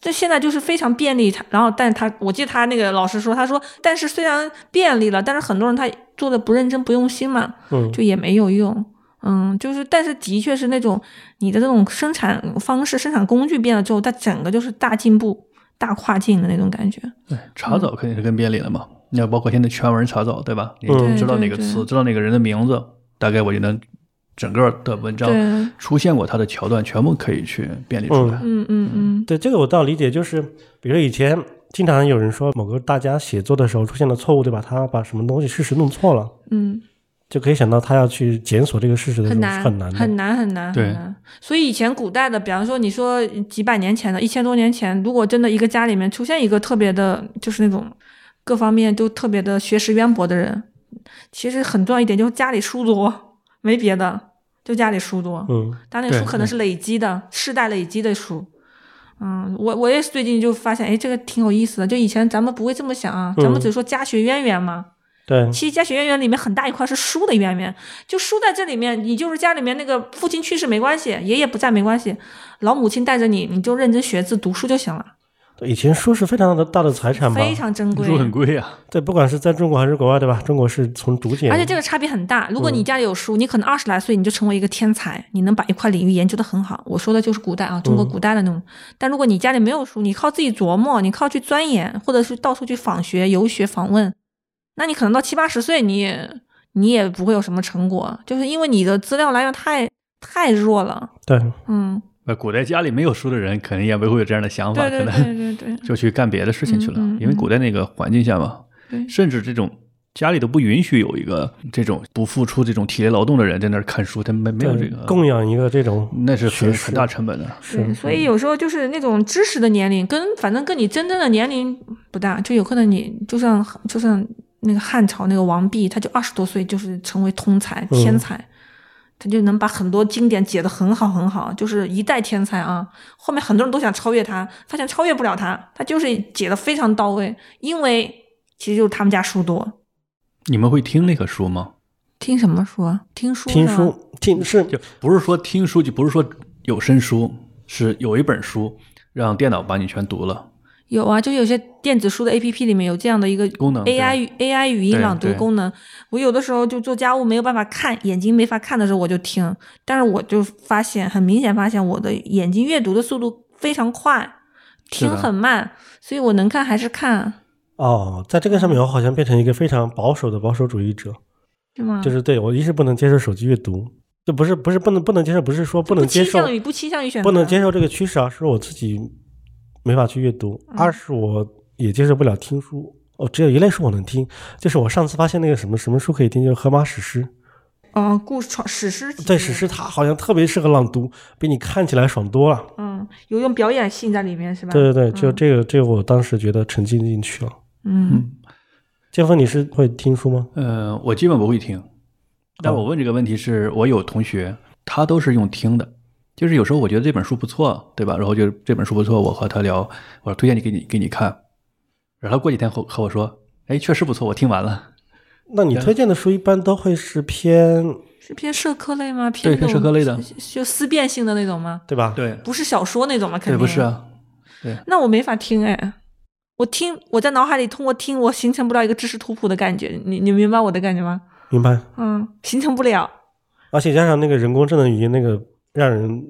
[SPEAKER 2] 这现在就是非常便利，他然后，但是他我记得他那个老师说，他说，但是虽然便利了，但是很多人他做的不认真不用心嘛，
[SPEAKER 1] 嗯，
[SPEAKER 2] 就也没有用。嗯，就是，但是的确是那种你的这种生产方式、生产工具变了之后，它整个就是大进步、大跨境的那种感觉。
[SPEAKER 3] 对，
[SPEAKER 2] 嗯
[SPEAKER 3] 查找肯定是更便利了嘛。你要包括现在全文查找，对吧？你
[SPEAKER 1] 嗯
[SPEAKER 3] 知道
[SPEAKER 2] 对对
[SPEAKER 3] 哪个
[SPEAKER 2] 对
[SPEAKER 3] 词，知道哪个人的名字，大概我就能整个的文章
[SPEAKER 2] 对，
[SPEAKER 3] 出现过它的桥段，全部可以去便利出来。
[SPEAKER 2] 嗯嗯嗯，
[SPEAKER 1] 对，这个我倒理解，就是比如说以前经常有人说某个大家写作的时候出现了错误，对吧？他把什么东西事实弄错了，
[SPEAKER 2] 嗯。
[SPEAKER 1] 就可以想到他要去检索这个事实的时
[SPEAKER 2] 很
[SPEAKER 1] 候
[SPEAKER 2] 难，
[SPEAKER 1] 是很难的。
[SPEAKER 2] 很难，很难，
[SPEAKER 3] 对
[SPEAKER 2] 很难。所以以前古代的，比方说你说几百年前的，一千多年前，如果真的一个家里面出现一个特别的，就是那种各方面都特别的学识渊博的人，其实很重要一点就是家里书多，没别的，就家里书多。
[SPEAKER 1] 嗯
[SPEAKER 2] 他那个书
[SPEAKER 3] 对
[SPEAKER 2] 可能是累积的，世代累积的书。嗯，我我也是最近就发现，哎，这个挺有意思的。就以前咱们不会这么想啊，咱
[SPEAKER 1] 嗯
[SPEAKER 2] 们只说家学渊源嘛。，
[SPEAKER 1] 对，
[SPEAKER 2] 其实家学渊源里面很大一块是书的渊源，就书在这里面，你就是家里面那个父亲去世没关系，爷爷不在没关系，老母亲带着你，你就认真学字读书就行了，
[SPEAKER 1] 以前书是非常的大的财产吧？
[SPEAKER 2] 非常珍贵。
[SPEAKER 3] 书很贵啊，
[SPEAKER 1] 对，不管是在中国还是国外，对吧？中国是从竹简，
[SPEAKER 2] 而且这个差别很大。如果
[SPEAKER 3] 嗯
[SPEAKER 2] 你家里有书，你可能二十来岁你就成为一个天才，你能把一块领域研究的很好。我说的就是古代啊，
[SPEAKER 3] 嗯
[SPEAKER 2] 中国古代的那种。但如果你家里没有书，你靠自己琢磨，你靠去钻研，或者是到处去访学、游学、访问，那你可能到七八十岁，你也你也不会有什么成果，就是因为你的资料来源太太弱了。
[SPEAKER 1] 对，
[SPEAKER 2] 嗯，
[SPEAKER 3] 那古代家里没有书的人，肯定也不会有这样的想法，
[SPEAKER 2] 对对
[SPEAKER 3] 可
[SPEAKER 2] 对
[SPEAKER 3] 能
[SPEAKER 2] 对对
[SPEAKER 3] 就去干别的事情去了。
[SPEAKER 2] 嗯嗯
[SPEAKER 3] 因为古代那个环境下嘛，
[SPEAKER 2] 对，
[SPEAKER 3] 甚至这种家里都不允许有一个这种不付出这种体力劳动的人在那儿看书，他没没有
[SPEAKER 1] 对
[SPEAKER 3] 这个，
[SPEAKER 1] 供养一个这种
[SPEAKER 3] 那是很
[SPEAKER 1] 学识
[SPEAKER 3] 很大成本的。
[SPEAKER 2] 对，所以有时候就是那种知识的年龄，跟反正跟你真正的年龄不大，就有可能你就像就像那个汉朝那个王弼，他就二十多岁就是成为通才
[SPEAKER 1] 嗯
[SPEAKER 2] 天才，他就能把很多经典解得很好很好，就是一代天才啊。后面很多人都想超越他，发现超越不了他，他就是解得非常到位，因为其实就是他们家书多。
[SPEAKER 3] 你们会听那个书吗？
[SPEAKER 2] 听什么书？啊？听书？
[SPEAKER 1] 听书。听是
[SPEAKER 3] 就不是说听书，就不是说有声书，是有一本书让电脑把你全读了。
[SPEAKER 2] 有啊，就有些电子书的 A P P 里面有这样的一个
[SPEAKER 3] 功能对
[SPEAKER 2] AI 语 AI 语音
[SPEAKER 3] 对
[SPEAKER 2] 朗读
[SPEAKER 3] 对
[SPEAKER 2] 功能。我有的时候就做家务没有办法看，眼睛没法看的时候我就听，但是我就发现很明显发现我的眼睛阅读的速度非常快，
[SPEAKER 3] 是
[SPEAKER 2] 听
[SPEAKER 3] 的
[SPEAKER 2] 很慢，所以我能看还是看，
[SPEAKER 1] 哦，在这个上面我好像变成一个非常保守的保守主义者，
[SPEAKER 2] 是吗？
[SPEAKER 1] 就是对我一是不能接受手机阅读，就不是不是不能不能接受，不是说不能接
[SPEAKER 2] 倾
[SPEAKER 1] 受，
[SPEAKER 2] 向于不倾向于选择，
[SPEAKER 1] 不能接受这个趋势啊，是我自己没法去阅读。
[SPEAKER 2] 嗯
[SPEAKER 1] 二是我也接受不了听书，哦，只有一类书我能听，就是我上次发现那个什么什么书可以听，就是《荷马史诗》。
[SPEAKER 2] 哦，故事创史诗
[SPEAKER 1] 对，
[SPEAKER 2] 题
[SPEAKER 1] 史诗它好像特别适合朗读，比你看起来爽多了。
[SPEAKER 2] 嗯，有一种表演性在里面是吧？
[SPEAKER 1] 对对对，就
[SPEAKER 2] 嗯
[SPEAKER 1] 这个，这个我当时觉得沉浸进去了。
[SPEAKER 2] 嗯
[SPEAKER 1] 建峰，你是会听书吗？
[SPEAKER 3] 呃，我基本不会听，但我问这个问题是我有同学，他都是用听的，就是有时候我觉得这本书不错，对吧？然后就这本书不错，我和他聊，我说推荐你给你给你看，然后过几天和和我说，哎，确实不错，我听完了。
[SPEAKER 1] 那你推荐的书一般都会是偏
[SPEAKER 2] 是偏社科类吗？
[SPEAKER 3] 对
[SPEAKER 2] 偏那
[SPEAKER 3] 偏社
[SPEAKER 2] 种
[SPEAKER 3] 科类的
[SPEAKER 2] 就思辨性的那种吗？
[SPEAKER 1] 对吧？，
[SPEAKER 3] 对，
[SPEAKER 2] 不是小说那种吗？肯定
[SPEAKER 3] 对，不是。啊，
[SPEAKER 2] 那我没法听哎，我听我在脑海里通过听，我形成不了一个知识图谱的感觉。你你明白我的感觉吗？
[SPEAKER 1] 明白。
[SPEAKER 2] 嗯，形成不了，
[SPEAKER 1] 而且加上那个人工智能语音，那个让人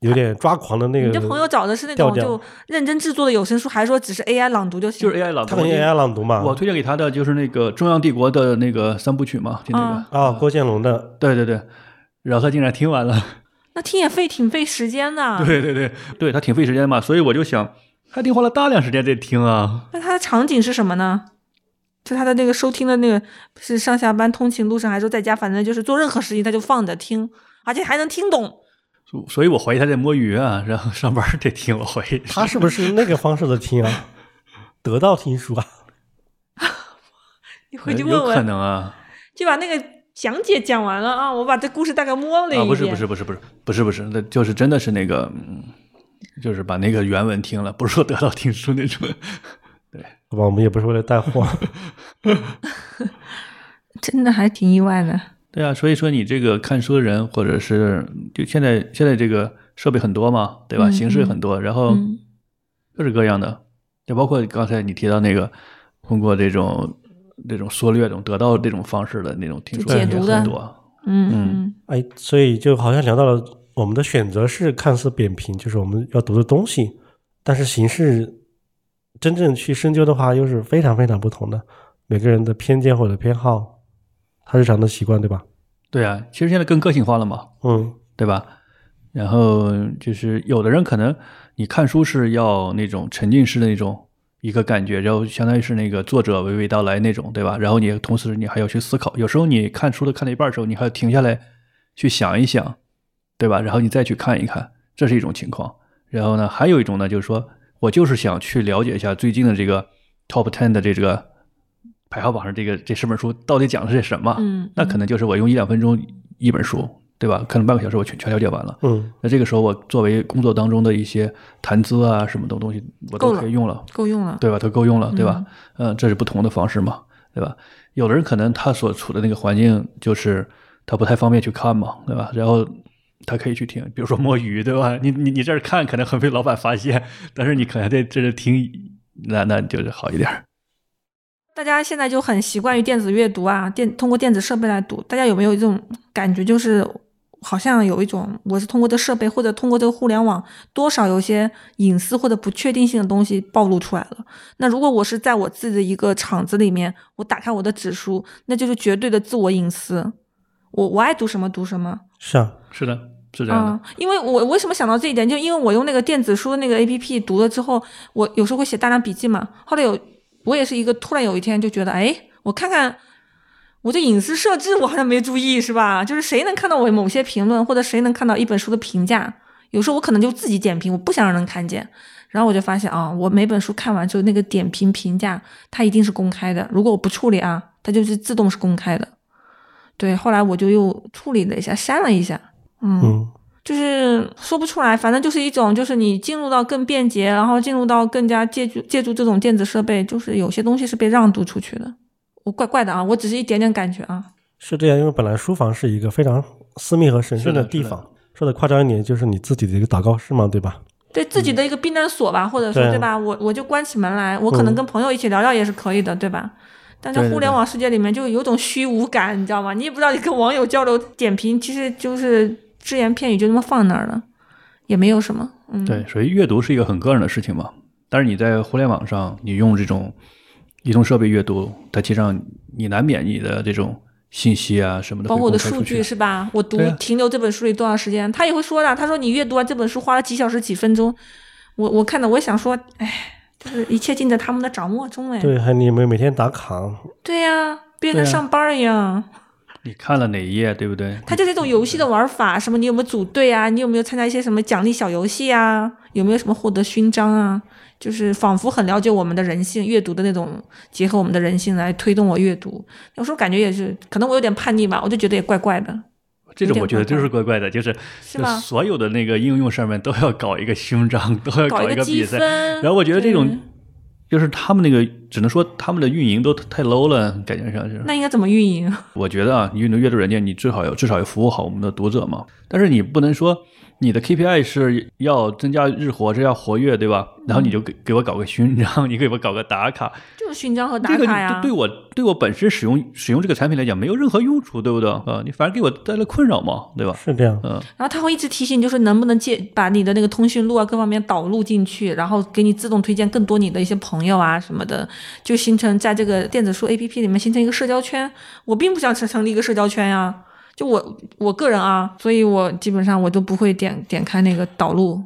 [SPEAKER 1] 有点抓狂的那个，
[SPEAKER 2] 你这朋友找的是那种
[SPEAKER 1] 调调
[SPEAKER 2] 就认真制作的有声书，还说只是 AI 朗读就行，
[SPEAKER 3] 就是 AI 老
[SPEAKER 1] 他肯定 AI 朗读嘛。
[SPEAKER 3] 我推荐给他的就是那个《中央帝国》的那个三部曲嘛，就那个
[SPEAKER 2] 啊。
[SPEAKER 1] 啊，郭建龙的
[SPEAKER 3] 对对对，然后他竟然听完了。
[SPEAKER 2] 那听也费挺费时间的。
[SPEAKER 3] 对对对，对他挺费时间嘛，所以我就想，他得花了大量时间在听啊。
[SPEAKER 2] 那它的场景是什么呢？就它的那个收听的那个是上下班通勤路上，还是在家，反正就是做任何事情他就放着听，而且还能听懂。
[SPEAKER 3] 所所以我怀疑他在摸鱼啊， 然后上班儿得听，我怀疑
[SPEAKER 1] 他是不是那个方式的听啊？ 得到听书啊？
[SPEAKER 2] 你回去
[SPEAKER 3] 有
[SPEAKER 2] 问问，
[SPEAKER 3] 可能啊
[SPEAKER 2] 就把那个讲解讲完了啊，我把这故事大概摸了一遍。
[SPEAKER 3] 啊，不是不是不是不是不是不是，那就是真的是那个，嗯就是把那个原文听了，不是说得到听书那种。
[SPEAKER 1] 好吧，我们也不是为了带货。
[SPEAKER 2] 真的还挺意外的。
[SPEAKER 3] 对啊，所以说你这个看书的人，或者是就现在现在这个设备很多嘛，对吧？
[SPEAKER 2] 嗯
[SPEAKER 3] 形式很多，然后
[SPEAKER 2] 嗯
[SPEAKER 3] 各式各样的，就包括刚才你提到那个通过这种这种缩略、这种得到这种方式的那种听说
[SPEAKER 1] 就
[SPEAKER 3] 也
[SPEAKER 1] 解读
[SPEAKER 2] 的
[SPEAKER 3] 很多。
[SPEAKER 2] 嗯
[SPEAKER 3] 嗯
[SPEAKER 2] 嗯
[SPEAKER 1] 哎，所以就好像聊到了我们的选择是看似扁平，就是我们要读的东西，但是形式真正去深究的话，又是非常非常不同的。每个人的偏见或者偏好，他日常的习惯，对吧？
[SPEAKER 3] 对啊，其实现在更个性化了嘛，
[SPEAKER 1] 嗯，
[SPEAKER 3] 对吧？然后就是有的人可能你看书是要那种沉浸式的那种一个感觉，然后相当于是那个作者娓娓道来那种，对吧？然后你同时你还要去思考，有时候你看书的看到一半的时候，你还要停下来去想一想，对吧？然后你再去看一看，这是一种情况。然后呢，还有一种呢，就是说我就是想去了解一下最近的这个 top ten 的这个排行榜上这个这十本书到底讲的是什么。
[SPEAKER 2] 嗯，
[SPEAKER 3] 啊那可能就是我用一两分钟一本书，对吧？可能半个小时我全全了解完了。
[SPEAKER 1] 嗯，
[SPEAKER 3] 那这个时候，我作为工作当中的一些谈资啊什么的东西，我都
[SPEAKER 2] 够了
[SPEAKER 3] 可以用了，
[SPEAKER 2] 够用了。
[SPEAKER 3] 对吧？都够用了，对吧？嗯、这是不同的方式嘛，对吧？有的人可能他所处的那个环境就是他不太方便去看嘛，对吧？然后他可以去听，比如说摸鱼，对吧？你你你这儿看可能很被老板发现，但是你可能在这儿听，那那就是好一点儿。
[SPEAKER 2] 大家现在就很习惯于电子阅读啊，电通过电子设备来读。大家有没有一种感觉，就是好像有一种我是通过这设备或者通过这个互联网，多少有一些隐私或者不确定性的东西暴露出来了？那如果我是在我自己的一个场子里面，我打开我的指数，那就是绝对的自我隐私。我我爱读什么读什么，
[SPEAKER 1] 是啊，
[SPEAKER 3] 是的，是这样的。
[SPEAKER 2] 嗯，因为我为什么想到这一点，就因为我用那个电子书的那个 A P P 读了之后，我有时候会写大量笔记嘛。后来有我也是一个突然有一天就觉得，哎，我看看我这隐私设置，我好像没注意是吧？就是谁能看到我某些评论，或者谁能看到一本书的评价？有时候我可能就自己点评，我不想让人看见。然后我就发现啊，我每本书看完之后，那个点评评价它一定是公开的。如果我不处理啊，它就是自动是公开的。对，后来我就又处理了一下，删了一下。
[SPEAKER 1] 嗯，
[SPEAKER 2] 就是说不出来，反正就是一种，就是你进入到更便捷，然后进入到更加借助借助这种电子设备，就是有些东西是被让渡出去的。我怪怪的啊，我只是一点点感觉啊。
[SPEAKER 1] 是这样，因为本来书房是一个非常私密和神圣
[SPEAKER 3] 是的
[SPEAKER 1] 地
[SPEAKER 3] 是的
[SPEAKER 1] 方。说的夸张一点，就是你自己的一个祷告室嘛，对吧？
[SPEAKER 2] 对自
[SPEAKER 3] 嗯
[SPEAKER 2] 己的一个避难所吧，或者说
[SPEAKER 1] 对啊
[SPEAKER 2] 对吧，我我就关起门来，我可能
[SPEAKER 1] 嗯
[SPEAKER 2] 跟朋友一起聊聊也是可以的，对吧？但
[SPEAKER 3] 对
[SPEAKER 2] 在
[SPEAKER 3] 对
[SPEAKER 2] 互联
[SPEAKER 3] 对
[SPEAKER 2] 网世界里面，就有种虚无感，你知道吗？你也不知道你跟网友交流点评，其实就是只言片语，就那么放那儿了，也没有什么。嗯，
[SPEAKER 3] 对，所以阅读是一个很个人的事情嘛。但是你在互联网上，你用这种移动设备阅读，它其实上你难免你的这种信息啊什么的，
[SPEAKER 2] 包括我的数据。是吧？我读
[SPEAKER 3] 对啊
[SPEAKER 2] 停留这本书里多长时间，他也会说的。他说你阅读完啊这本书花了几小时几分钟，我我看到我也想说，哎，就是一切尽在他们的掌握中哎。
[SPEAKER 1] 对，还有你有没有每天打卡？
[SPEAKER 2] 对呀、变成
[SPEAKER 3] 对啊
[SPEAKER 2] 上班儿一样，
[SPEAKER 3] 你看了哪一页，对不对？
[SPEAKER 2] 它就是一种游戏的玩法，什么你有没有组队啊？你有没有参加一些什么奖励小游戏啊？有没有什么获得勋章啊？就是仿佛很了解我们的人性，阅读的那种结合我们的人性来推动我阅读。有时候感觉也是，可能我有点叛逆吧，我就觉得也怪怪的，
[SPEAKER 3] 这种我觉得
[SPEAKER 2] 有点
[SPEAKER 3] 就是怪怪的，就是
[SPEAKER 2] 是
[SPEAKER 3] 就
[SPEAKER 2] 吗？
[SPEAKER 3] 所有的那个应用上面都要搞一个勋章，都要
[SPEAKER 2] 搞
[SPEAKER 3] 搞
[SPEAKER 2] 一个积
[SPEAKER 3] 比赛
[SPEAKER 2] 分。。
[SPEAKER 3] 然后我觉得这
[SPEAKER 2] 对
[SPEAKER 3] 种就是他们那个，只能说他们的运营都太 low 了，感觉上就是。
[SPEAKER 2] 那应该怎么运 营？
[SPEAKER 3] 我觉得啊，你阅读阅读软件，你至少要至少要服务好我们的读者嘛。但是你不能说你的 KPI 是要增加日活，是要活跃，对吧？然后你就
[SPEAKER 2] 嗯
[SPEAKER 3] 给给我搞个勋章，你给我搞个打卡，
[SPEAKER 2] 就是勋章和打
[SPEAKER 3] 这个
[SPEAKER 2] 卡呀。
[SPEAKER 3] 对对我对我本身使用使用这个产品来讲没有任何用处，对不对？啊、你反而给我带来困扰嘛，对吧？
[SPEAKER 1] 是这样，
[SPEAKER 3] 嗯，
[SPEAKER 2] 然后他会一直提醒你，就是能不能借把你的那个通讯录啊各方面导入进去，然后给你自动推荐更多你的一些朋友啊什么的，就形成在这个电子书 APP 里面形成一个社交圈。我并不想成成立一个社交圈呀、就我我个人啊，所以我基本上我都不会点点开那个导入。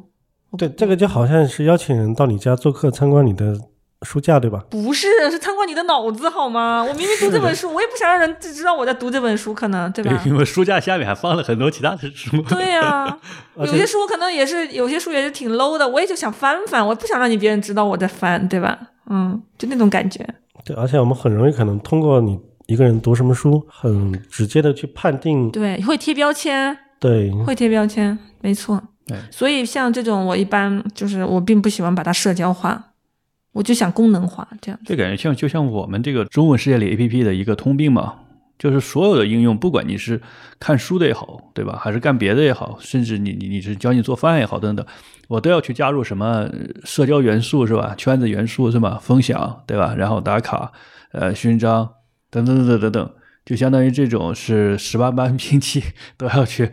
[SPEAKER 1] 对，这个就好像是邀请人到你家做客，参观你的书架，对吧？
[SPEAKER 2] 不是，是参观你的脑子好吗？我明明读这本书，我也不想让人知道我在读这本书，可能对吧？
[SPEAKER 3] 因为书架下面还放了很多其他的书。
[SPEAKER 2] 对呀、有
[SPEAKER 1] 而且
[SPEAKER 2] 些书可能也是，有些书也是挺 low 的，我也就想翻翻，我也不想让你别人知道我在翻，对吧？嗯，就那种感觉。
[SPEAKER 1] 对，而且我们很容易可能通过你一个人读什么书，很直接的去判定，
[SPEAKER 2] 对，会贴标签，
[SPEAKER 1] 对，
[SPEAKER 2] 会贴标签，没错
[SPEAKER 3] 对。
[SPEAKER 2] 所以像这种，我一般就是我并不喜欢把它社交化，我就想功能化这样。
[SPEAKER 3] 这感觉像就像我们这个中文世界里 A P P 的一个通病嘛，就是所有的应用，不管你是看书的也好，对吧，还是干别的也好，甚至你你你是教你做饭也好，等等，我都要去加入什么呃社交元素是吧？圈子元素是吧？分享对吧？然后打卡，呃，勋章等等等等等等，就相当于这种是十八般兵器都要去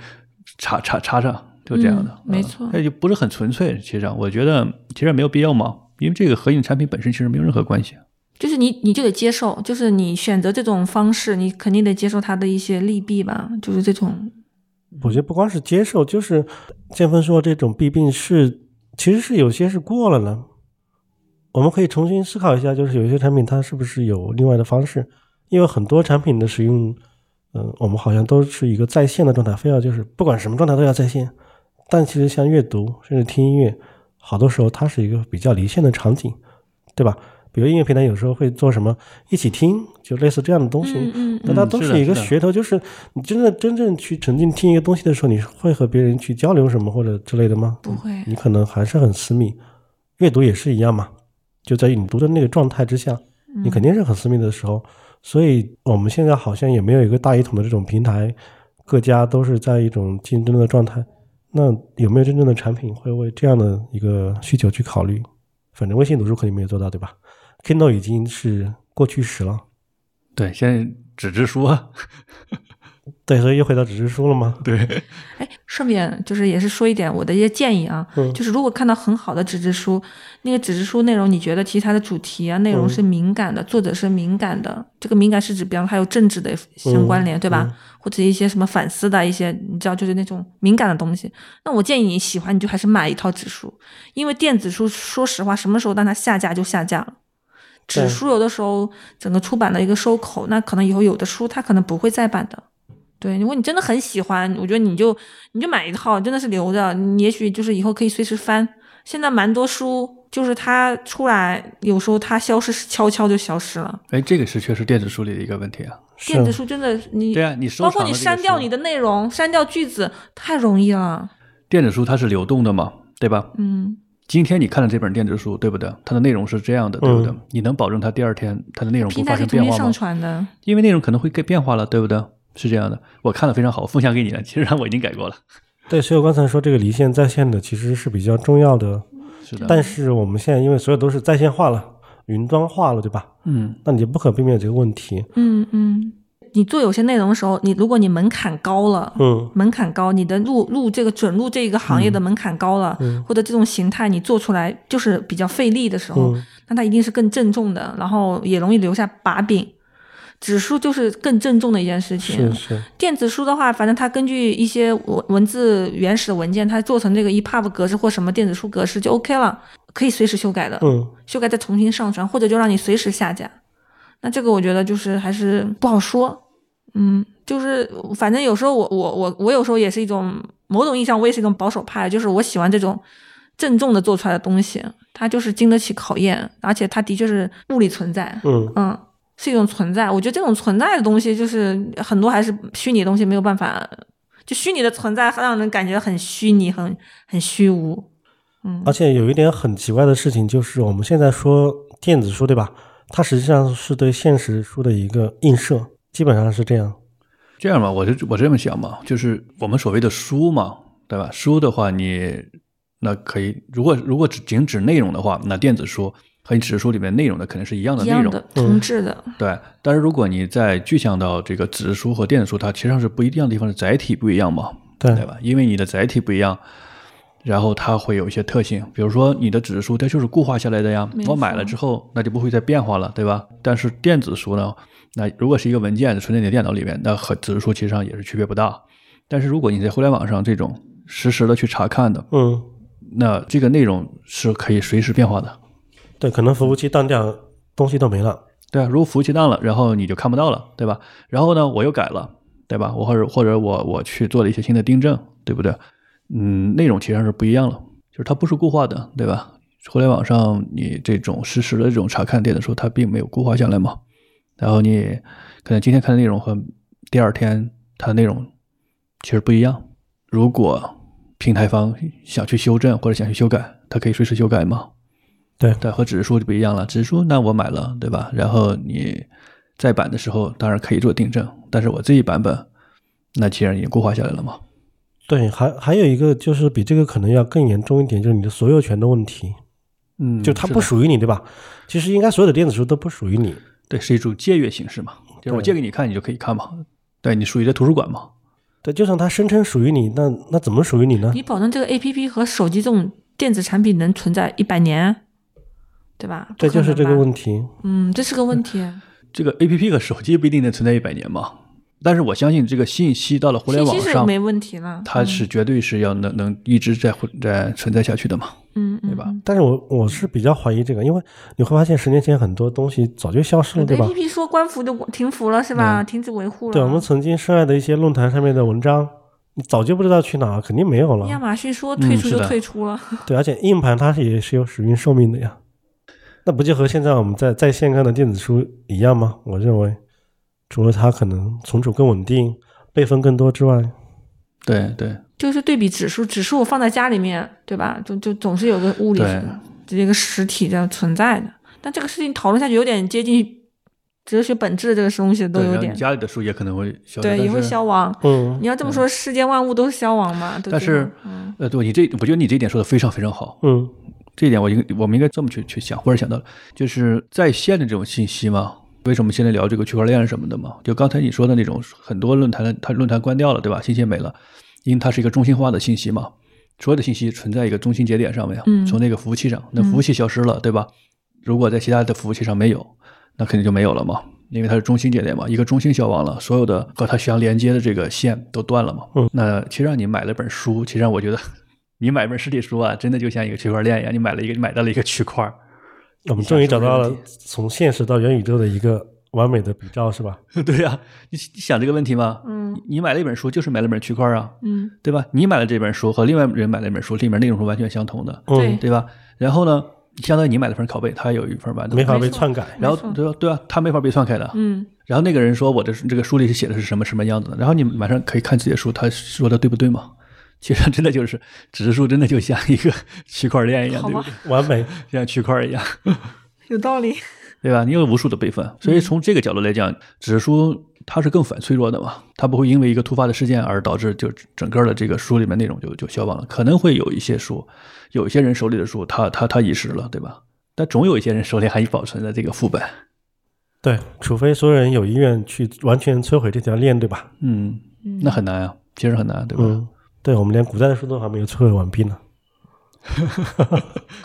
[SPEAKER 3] 插插插上，就这样的，
[SPEAKER 2] 嗯没
[SPEAKER 3] 啊
[SPEAKER 2] 错
[SPEAKER 3] 那、就不是很纯粹。其实上我觉得其实没有必要嘛，因为这个和你的产品本身其实没有任何关系。
[SPEAKER 2] 就是你你就得接受，就是你选择这种方式，你肯定得接受它的一些利弊吧，就是这种，
[SPEAKER 1] 我觉得不光是接受，就是建峰说这种弊病是，其实是有些是过了呢。我们可以重新思考一下，就是有一些产品它是不是有另外的方式？因为很多产品的使用，嗯、我们好像都是一个在线的状态，非要就是不管什么状态都要在线。但其实像阅读甚至听音乐，好多时候它是一个比较离线的场景，对吧？比如音乐平台有时候会做什么一起听，就类似这样的东西。
[SPEAKER 2] 嗯嗯
[SPEAKER 1] 那
[SPEAKER 2] 嗯，
[SPEAKER 1] 它
[SPEAKER 3] 嗯
[SPEAKER 1] 都
[SPEAKER 3] 是
[SPEAKER 1] 是
[SPEAKER 3] 的
[SPEAKER 1] 一个
[SPEAKER 3] 是的
[SPEAKER 1] 噱头，就是你真的真正去沉浸听一个东西的时候，你是会和别人去交流什么或者之类的吗？
[SPEAKER 2] 不会，
[SPEAKER 1] 你可能还是很私密。阅读也是一样嘛，就在于你读的那个状态之下，
[SPEAKER 2] 嗯
[SPEAKER 1] 你肯定是很私密的时候。所以我们现在好像也没有一个大一统的这种平台，各家都是在一种竞争的状态。那有没有真正的产品会为这样的一个需求去考虑？反正微信读书肯定没有做到，对吧？Kindle 已经是过去时了，
[SPEAKER 3] 对，现在纸质书啊，
[SPEAKER 1] 对，所以又回到纸质书了吗？
[SPEAKER 3] 对，
[SPEAKER 2] 哎，顺便就是也是说一点我的一些建议啊，
[SPEAKER 1] 嗯
[SPEAKER 2] 就是如果看到很好的纸质书，那个纸质书内容你觉得题材的主题啊内容
[SPEAKER 1] 嗯
[SPEAKER 2] 是敏感的，作者是敏感的，这个敏感是指比方说还有政治的相关联，对吧？
[SPEAKER 1] 嗯
[SPEAKER 2] 或者一些什么反思的一些，你知道就是那种敏感的东西。那我建议你喜欢你就还是买一套纸书，因为电子书说实话什么时候让它下架就下架了。纸
[SPEAKER 1] 对
[SPEAKER 2] 书有的时候整个出版的一个收口，那可能以后有的书它可能不会再版的，对，如果你真的很喜欢，我觉得你就你就买一套，真的是留着，你也许就是以后可以随时翻。现在蛮多书，就是它出来，有时候它消失是悄悄就消失了。
[SPEAKER 3] 哎，这个是确实电子书里的一个问题啊。
[SPEAKER 1] 是
[SPEAKER 2] 电子书真的是你
[SPEAKER 3] 对啊，你收
[SPEAKER 2] 包括
[SPEAKER 3] 藏
[SPEAKER 2] 你
[SPEAKER 3] 了这个
[SPEAKER 2] 删掉
[SPEAKER 3] 书
[SPEAKER 2] 你的内容、删掉句子，太容易了。
[SPEAKER 3] 电子书它是流动的嘛，对吧？
[SPEAKER 2] 嗯，
[SPEAKER 3] 今天你看了这本电子书，对不对？它的内容是这样的，对不对？
[SPEAKER 1] 嗯
[SPEAKER 3] 你能保证它第二天它的内容不
[SPEAKER 2] 平台可
[SPEAKER 3] 发
[SPEAKER 2] 以
[SPEAKER 3] 生
[SPEAKER 2] 重
[SPEAKER 3] 变
[SPEAKER 2] 新
[SPEAKER 3] 化
[SPEAKER 2] 上
[SPEAKER 3] 吗？
[SPEAKER 2] 传的。
[SPEAKER 3] 因为内容可能会改变化了，对不对？是这样的，我看了非常好，分享给你了。其实上我已经改过了，
[SPEAKER 1] 对，所以我刚才说这个离线在线的其实是比较重要的，
[SPEAKER 3] 是的。
[SPEAKER 1] 但是我们现在因为所有都是在线化了、云端化了，对吧？
[SPEAKER 3] 嗯，
[SPEAKER 1] 那你就不可避免这个问题。
[SPEAKER 2] 嗯嗯，你做有些内容的时候，你如果你门槛高了，
[SPEAKER 1] 嗯，
[SPEAKER 2] 门槛高，你的入入这个准入这个行业的门槛高了，
[SPEAKER 1] 嗯
[SPEAKER 2] 或者这种形态你做出来就是比较费力的时候，
[SPEAKER 1] 嗯
[SPEAKER 2] 那它一定是更郑重的，然后也容易留下把柄。指数就是更郑重的一件事
[SPEAKER 1] 是
[SPEAKER 2] 情。
[SPEAKER 1] 是，
[SPEAKER 2] 电子书的话，反正它根据一些文文字原始的文件，它做成这个 EPUB 格式或什么电子书格式就 OK 了，可以随时修改的。
[SPEAKER 1] 嗯，
[SPEAKER 2] 修改再重新上传，或者就让你随时下架。那这个我觉得就是还是不好说，嗯，就是反正有时候我我我我有时候也是一种某种意义上我也是一种保守派，就是我喜欢这种郑重的做出来的东西，它就是经得起考验，而且它的确是物理存在，
[SPEAKER 1] 嗯，
[SPEAKER 2] 嗯，是一种存在。我觉得这种存在的东西，就是很多还是虚拟的东西没有办法，就虚拟的存在让人感觉很虚拟，很很虚无，嗯，
[SPEAKER 3] 啊
[SPEAKER 1] 而且有一点很奇怪的事情就是，我们现在说电子书，对吧？它实际上是对现实书的一个映射，基本上是这样。
[SPEAKER 3] 这样吧，我就我这么想嘛，就是我们所谓的书嘛，对吧？书的话你，那可以，如果如果只仅指内容的话，那电子书和你纸质书里面内容的肯定是一样的
[SPEAKER 2] 一
[SPEAKER 3] 内
[SPEAKER 2] 样
[SPEAKER 3] 容嗯
[SPEAKER 2] 的，同质的，
[SPEAKER 3] 对，但是如果你再具象到这个纸质书和电子书，它其实上是不一样的地方，是载体不一样嘛，
[SPEAKER 2] 嗯
[SPEAKER 1] 对
[SPEAKER 3] 对吧？因为你的载体不一样，然后它会有一些特性，比如说你的纸质书它就是固化下来的呀
[SPEAKER 2] 没，
[SPEAKER 3] 我买
[SPEAKER 2] 错
[SPEAKER 3] 了之后那就不会再变化了，对吧？但是电子书呢，那如果是一个文件存在你的电脑里面，那和纸质书其实上也是区别不大。但是如果你在互联网上这种实时的去查看的，
[SPEAKER 1] 嗯，
[SPEAKER 3] 那这个内容是可以随时变化的。
[SPEAKER 1] 对，可能服务器断掉，东西都没了。
[SPEAKER 3] 对啊，如果服务器当了，然后你就看不到了，对吧？然后呢，我又改了，对吧？我或者或者我我去做了一些新的订正，对不对？嗯，内容其实上是不一样了，就是它不是固化的，对吧？互联网上你这种实时的这种查看电子书，它并没有固化下来嘛。然后你可能今天看的内容和第二天它的内容其实不一样。如果平台方想去修正或者想去修改，它可以随时修改嘛。
[SPEAKER 1] 对
[SPEAKER 3] 对，和纸质书就不一样了。纸质书那我买了，对吧？然后你再版的时候当然可以做订正，但是我这一版本，那既然已经固化下来了嘛，
[SPEAKER 1] 对，还还有一个就是比这个可能要更严重一点，就是你的所有权的问题，
[SPEAKER 3] 嗯，
[SPEAKER 1] 就它
[SPEAKER 3] 是
[SPEAKER 1] 不
[SPEAKER 3] 的
[SPEAKER 1] 属于你，对吧？其实应该所有的电子书都不属于你，
[SPEAKER 3] 对，是一种借阅形式嘛，就是我借给你看，你就可以看嘛，对你属于在图书馆嘛，
[SPEAKER 1] 对，就算它声称属于你，那那怎么属于你 呢？
[SPEAKER 2] 你保证这个 A P P 和手机这种电子产品能存在一百年，啊对吧？
[SPEAKER 1] 这就是这个
[SPEAKER 2] 题。
[SPEAKER 1] 问题。
[SPEAKER 2] 嗯，这是个问题。
[SPEAKER 3] 这个 A P P 和手机不一定能存在一百年嘛，但是我相信这个信息到了互联
[SPEAKER 2] 信
[SPEAKER 3] 网
[SPEAKER 2] 息是
[SPEAKER 3] 上，
[SPEAKER 2] 没嗯问题了，
[SPEAKER 3] 它是绝对是要能能一直在混在存在下去的嘛。
[SPEAKER 2] 嗯，嗯
[SPEAKER 3] 对吧？
[SPEAKER 2] 嗯
[SPEAKER 1] 但是我我是比较怀疑这个，因为你会发现十年前很多东西早就消失了，
[SPEAKER 2] 有的
[SPEAKER 1] 对吧
[SPEAKER 2] 嗯 A P？P 说官服就停服了是吧？停止维护了。
[SPEAKER 1] 对我们曾经深爱的一些论坛上面的文章，你早就不知道去哪儿，肯定没有了。
[SPEAKER 2] 亚马逊说退出
[SPEAKER 3] 是
[SPEAKER 2] 就
[SPEAKER 3] 的
[SPEAKER 2] 退出了，
[SPEAKER 1] 对，而且硬盘它是也是有使用寿命的呀，那不就和现在我们在在线看的电子书一样吗？我认为，除了它可能存储更稳定、备份更多之外，
[SPEAKER 3] 对对
[SPEAKER 2] 就是对比指数，指数我放在家里面，对吧？就就总是有个物理
[SPEAKER 3] 对
[SPEAKER 2] 这个实体的存在的。但这个事情讨论下去有点接近哲学本质的这个东西都
[SPEAKER 3] 对，
[SPEAKER 2] 有
[SPEAKER 3] 然后
[SPEAKER 2] 点
[SPEAKER 3] 你，家里的书也可能会消失，
[SPEAKER 2] 对，也
[SPEAKER 3] 但
[SPEAKER 2] 会
[SPEAKER 3] 是
[SPEAKER 2] 消亡。
[SPEAKER 1] 嗯，
[SPEAKER 2] 你要这么说，世间万物都是消亡嘛？都
[SPEAKER 3] 但
[SPEAKER 2] 这样
[SPEAKER 3] 是
[SPEAKER 2] 嗯，
[SPEAKER 3] 呃，对你这，我觉得你这一点说的非常非常好。
[SPEAKER 1] 嗯，
[SPEAKER 3] 这一点我应我们应该这么去去想，或者想到了，就是在线的这种信息嘛。为什么现在聊这个区块链什么的嘛？就刚才你说的那种，很多论坛它论坛关掉了，对吧？信息没了，因为它是一个中心化的信息嘛，所有的信息存在一个中心节点上面，
[SPEAKER 2] 嗯
[SPEAKER 3] 从那个服务器上，那服务器消失了，对吧？如果在其他的服务器上没有，那肯定就没有了嘛，因为它是中心节点嘛，一个中心消亡了，所有的和它相连接的这个线都断了嘛。
[SPEAKER 1] 嗯
[SPEAKER 3] 那其实让你买了本书，其实让我觉得你买本实体书啊，真的就像一个区块链一样，你买了一个买到了一个区块儿。
[SPEAKER 1] 我们终于找到
[SPEAKER 3] 你想说这
[SPEAKER 1] 了
[SPEAKER 3] 个问
[SPEAKER 1] 从现实到元宇宙的一个完美的比照，是吧？
[SPEAKER 3] 对呀、你你想这个问题吗？
[SPEAKER 2] 嗯
[SPEAKER 3] 你你买了一本书就是买了本区块儿啊，
[SPEAKER 2] 嗯，
[SPEAKER 3] 对吧？你买了这本书和另外人买了一本书，里面内容是完全相同的，
[SPEAKER 2] 对
[SPEAKER 1] 嗯，
[SPEAKER 3] 对吧？然后呢，相当于你买了份拷贝，他有一份完整的，
[SPEAKER 1] 没法
[SPEAKER 2] 没
[SPEAKER 1] 被
[SPEAKER 2] 错
[SPEAKER 1] 篡改。
[SPEAKER 3] 然
[SPEAKER 2] 没
[SPEAKER 3] 后
[SPEAKER 2] 错
[SPEAKER 3] 对吧？对啊，他没法被篡改的。
[SPEAKER 2] 嗯，
[SPEAKER 3] 然后那个人说我的这个书里是写的是什么什么样子的，然后你马上可以看自己的书，他说的对不对嘛？其实真的就是指数，真的就像一个 区块链一样，
[SPEAKER 2] 好
[SPEAKER 3] 对不
[SPEAKER 2] 吧
[SPEAKER 3] 对？
[SPEAKER 1] 完美，
[SPEAKER 3] 像区块一样，
[SPEAKER 2] 有道理。
[SPEAKER 3] 对吧？你有无数的备份，
[SPEAKER 2] 嗯
[SPEAKER 3] 所以从这个角度来讲，指数它是更反脆弱的嘛，它不会因为一个突发的事件而导致就整个的这个书里面内容就就消亡了。可能会有一些书，有一些人手里的书，他他他遗失了，对吧？但总有一些人手里还保存着这个副本，
[SPEAKER 1] 对，除非所有人有意愿去完全摧毁这条链，对吧？
[SPEAKER 3] 嗯，
[SPEAKER 2] 嗯
[SPEAKER 3] 那很难啊，其实很难啊，对吧？
[SPEAKER 1] 嗯，对，我们连古代的书都还没有摧毁完毕呢。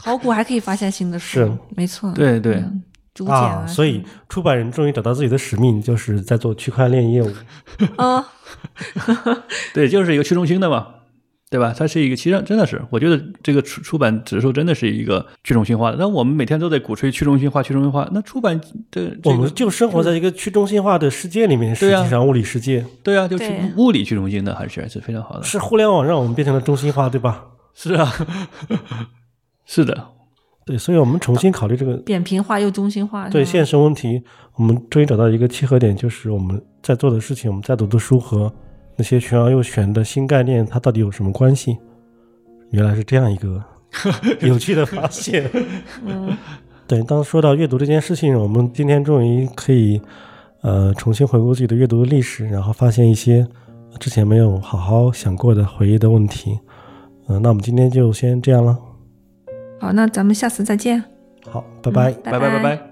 [SPEAKER 2] 考古还可以发现新的书，
[SPEAKER 1] 是
[SPEAKER 2] 没错。
[SPEAKER 3] 对对。
[SPEAKER 2] 嗯，竹简
[SPEAKER 1] 啊，所以出版人终于找到自己的使命，就是在做区块链业务。
[SPEAKER 2] 啊，
[SPEAKER 3] 对，就是一个去中心的嘛，对吧？它是一个，其实上真的是，我觉得这个出出版指数真的是一个去中心化的。那我们每天都在鼓吹去中心化、去中心化，那出版的
[SPEAKER 1] 我
[SPEAKER 3] 这
[SPEAKER 1] 们
[SPEAKER 3] 个，
[SPEAKER 1] 就生活在一个去中心化的世界里面，实
[SPEAKER 3] 对啊
[SPEAKER 1] 际上物理世界
[SPEAKER 3] 对啊，就去
[SPEAKER 2] 对
[SPEAKER 3] 物理去中心的还是是非常好的。
[SPEAKER 1] 是互联网让我们变成了中心化，对吧？
[SPEAKER 3] 是啊， 是的，
[SPEAKER 1] 对，所以我们重新考虑这个
[SPEAKER 2] 扁平化又中心化。
[SPEAKER 1] 对
[SPEAKER 2] 是吧
[SPEAKER 1] 现实问题，我们终于找到一个契合点，就是我们在做的事情，我们在读的书和那些玄而又玄的新概念，它到底有什么关系？原来是这样一个有趣的发现。
[SPEAKER 2] 嗯，
[SPEAKER 1] 对，当说到阅读这件事情，我们今天终于可以呃重新回顾自己的阅读的历史，然后发现一些之前没有好好想过的回忆的问题。嗯、那我们今天就先这样了。
[SPEAKER 2] 好，那咱们下次再见。
[SPEAKER 1] 好，拜拜。
[SPEAKER 2] 嗯
[SPEAKER 3] 拜拜拜拜。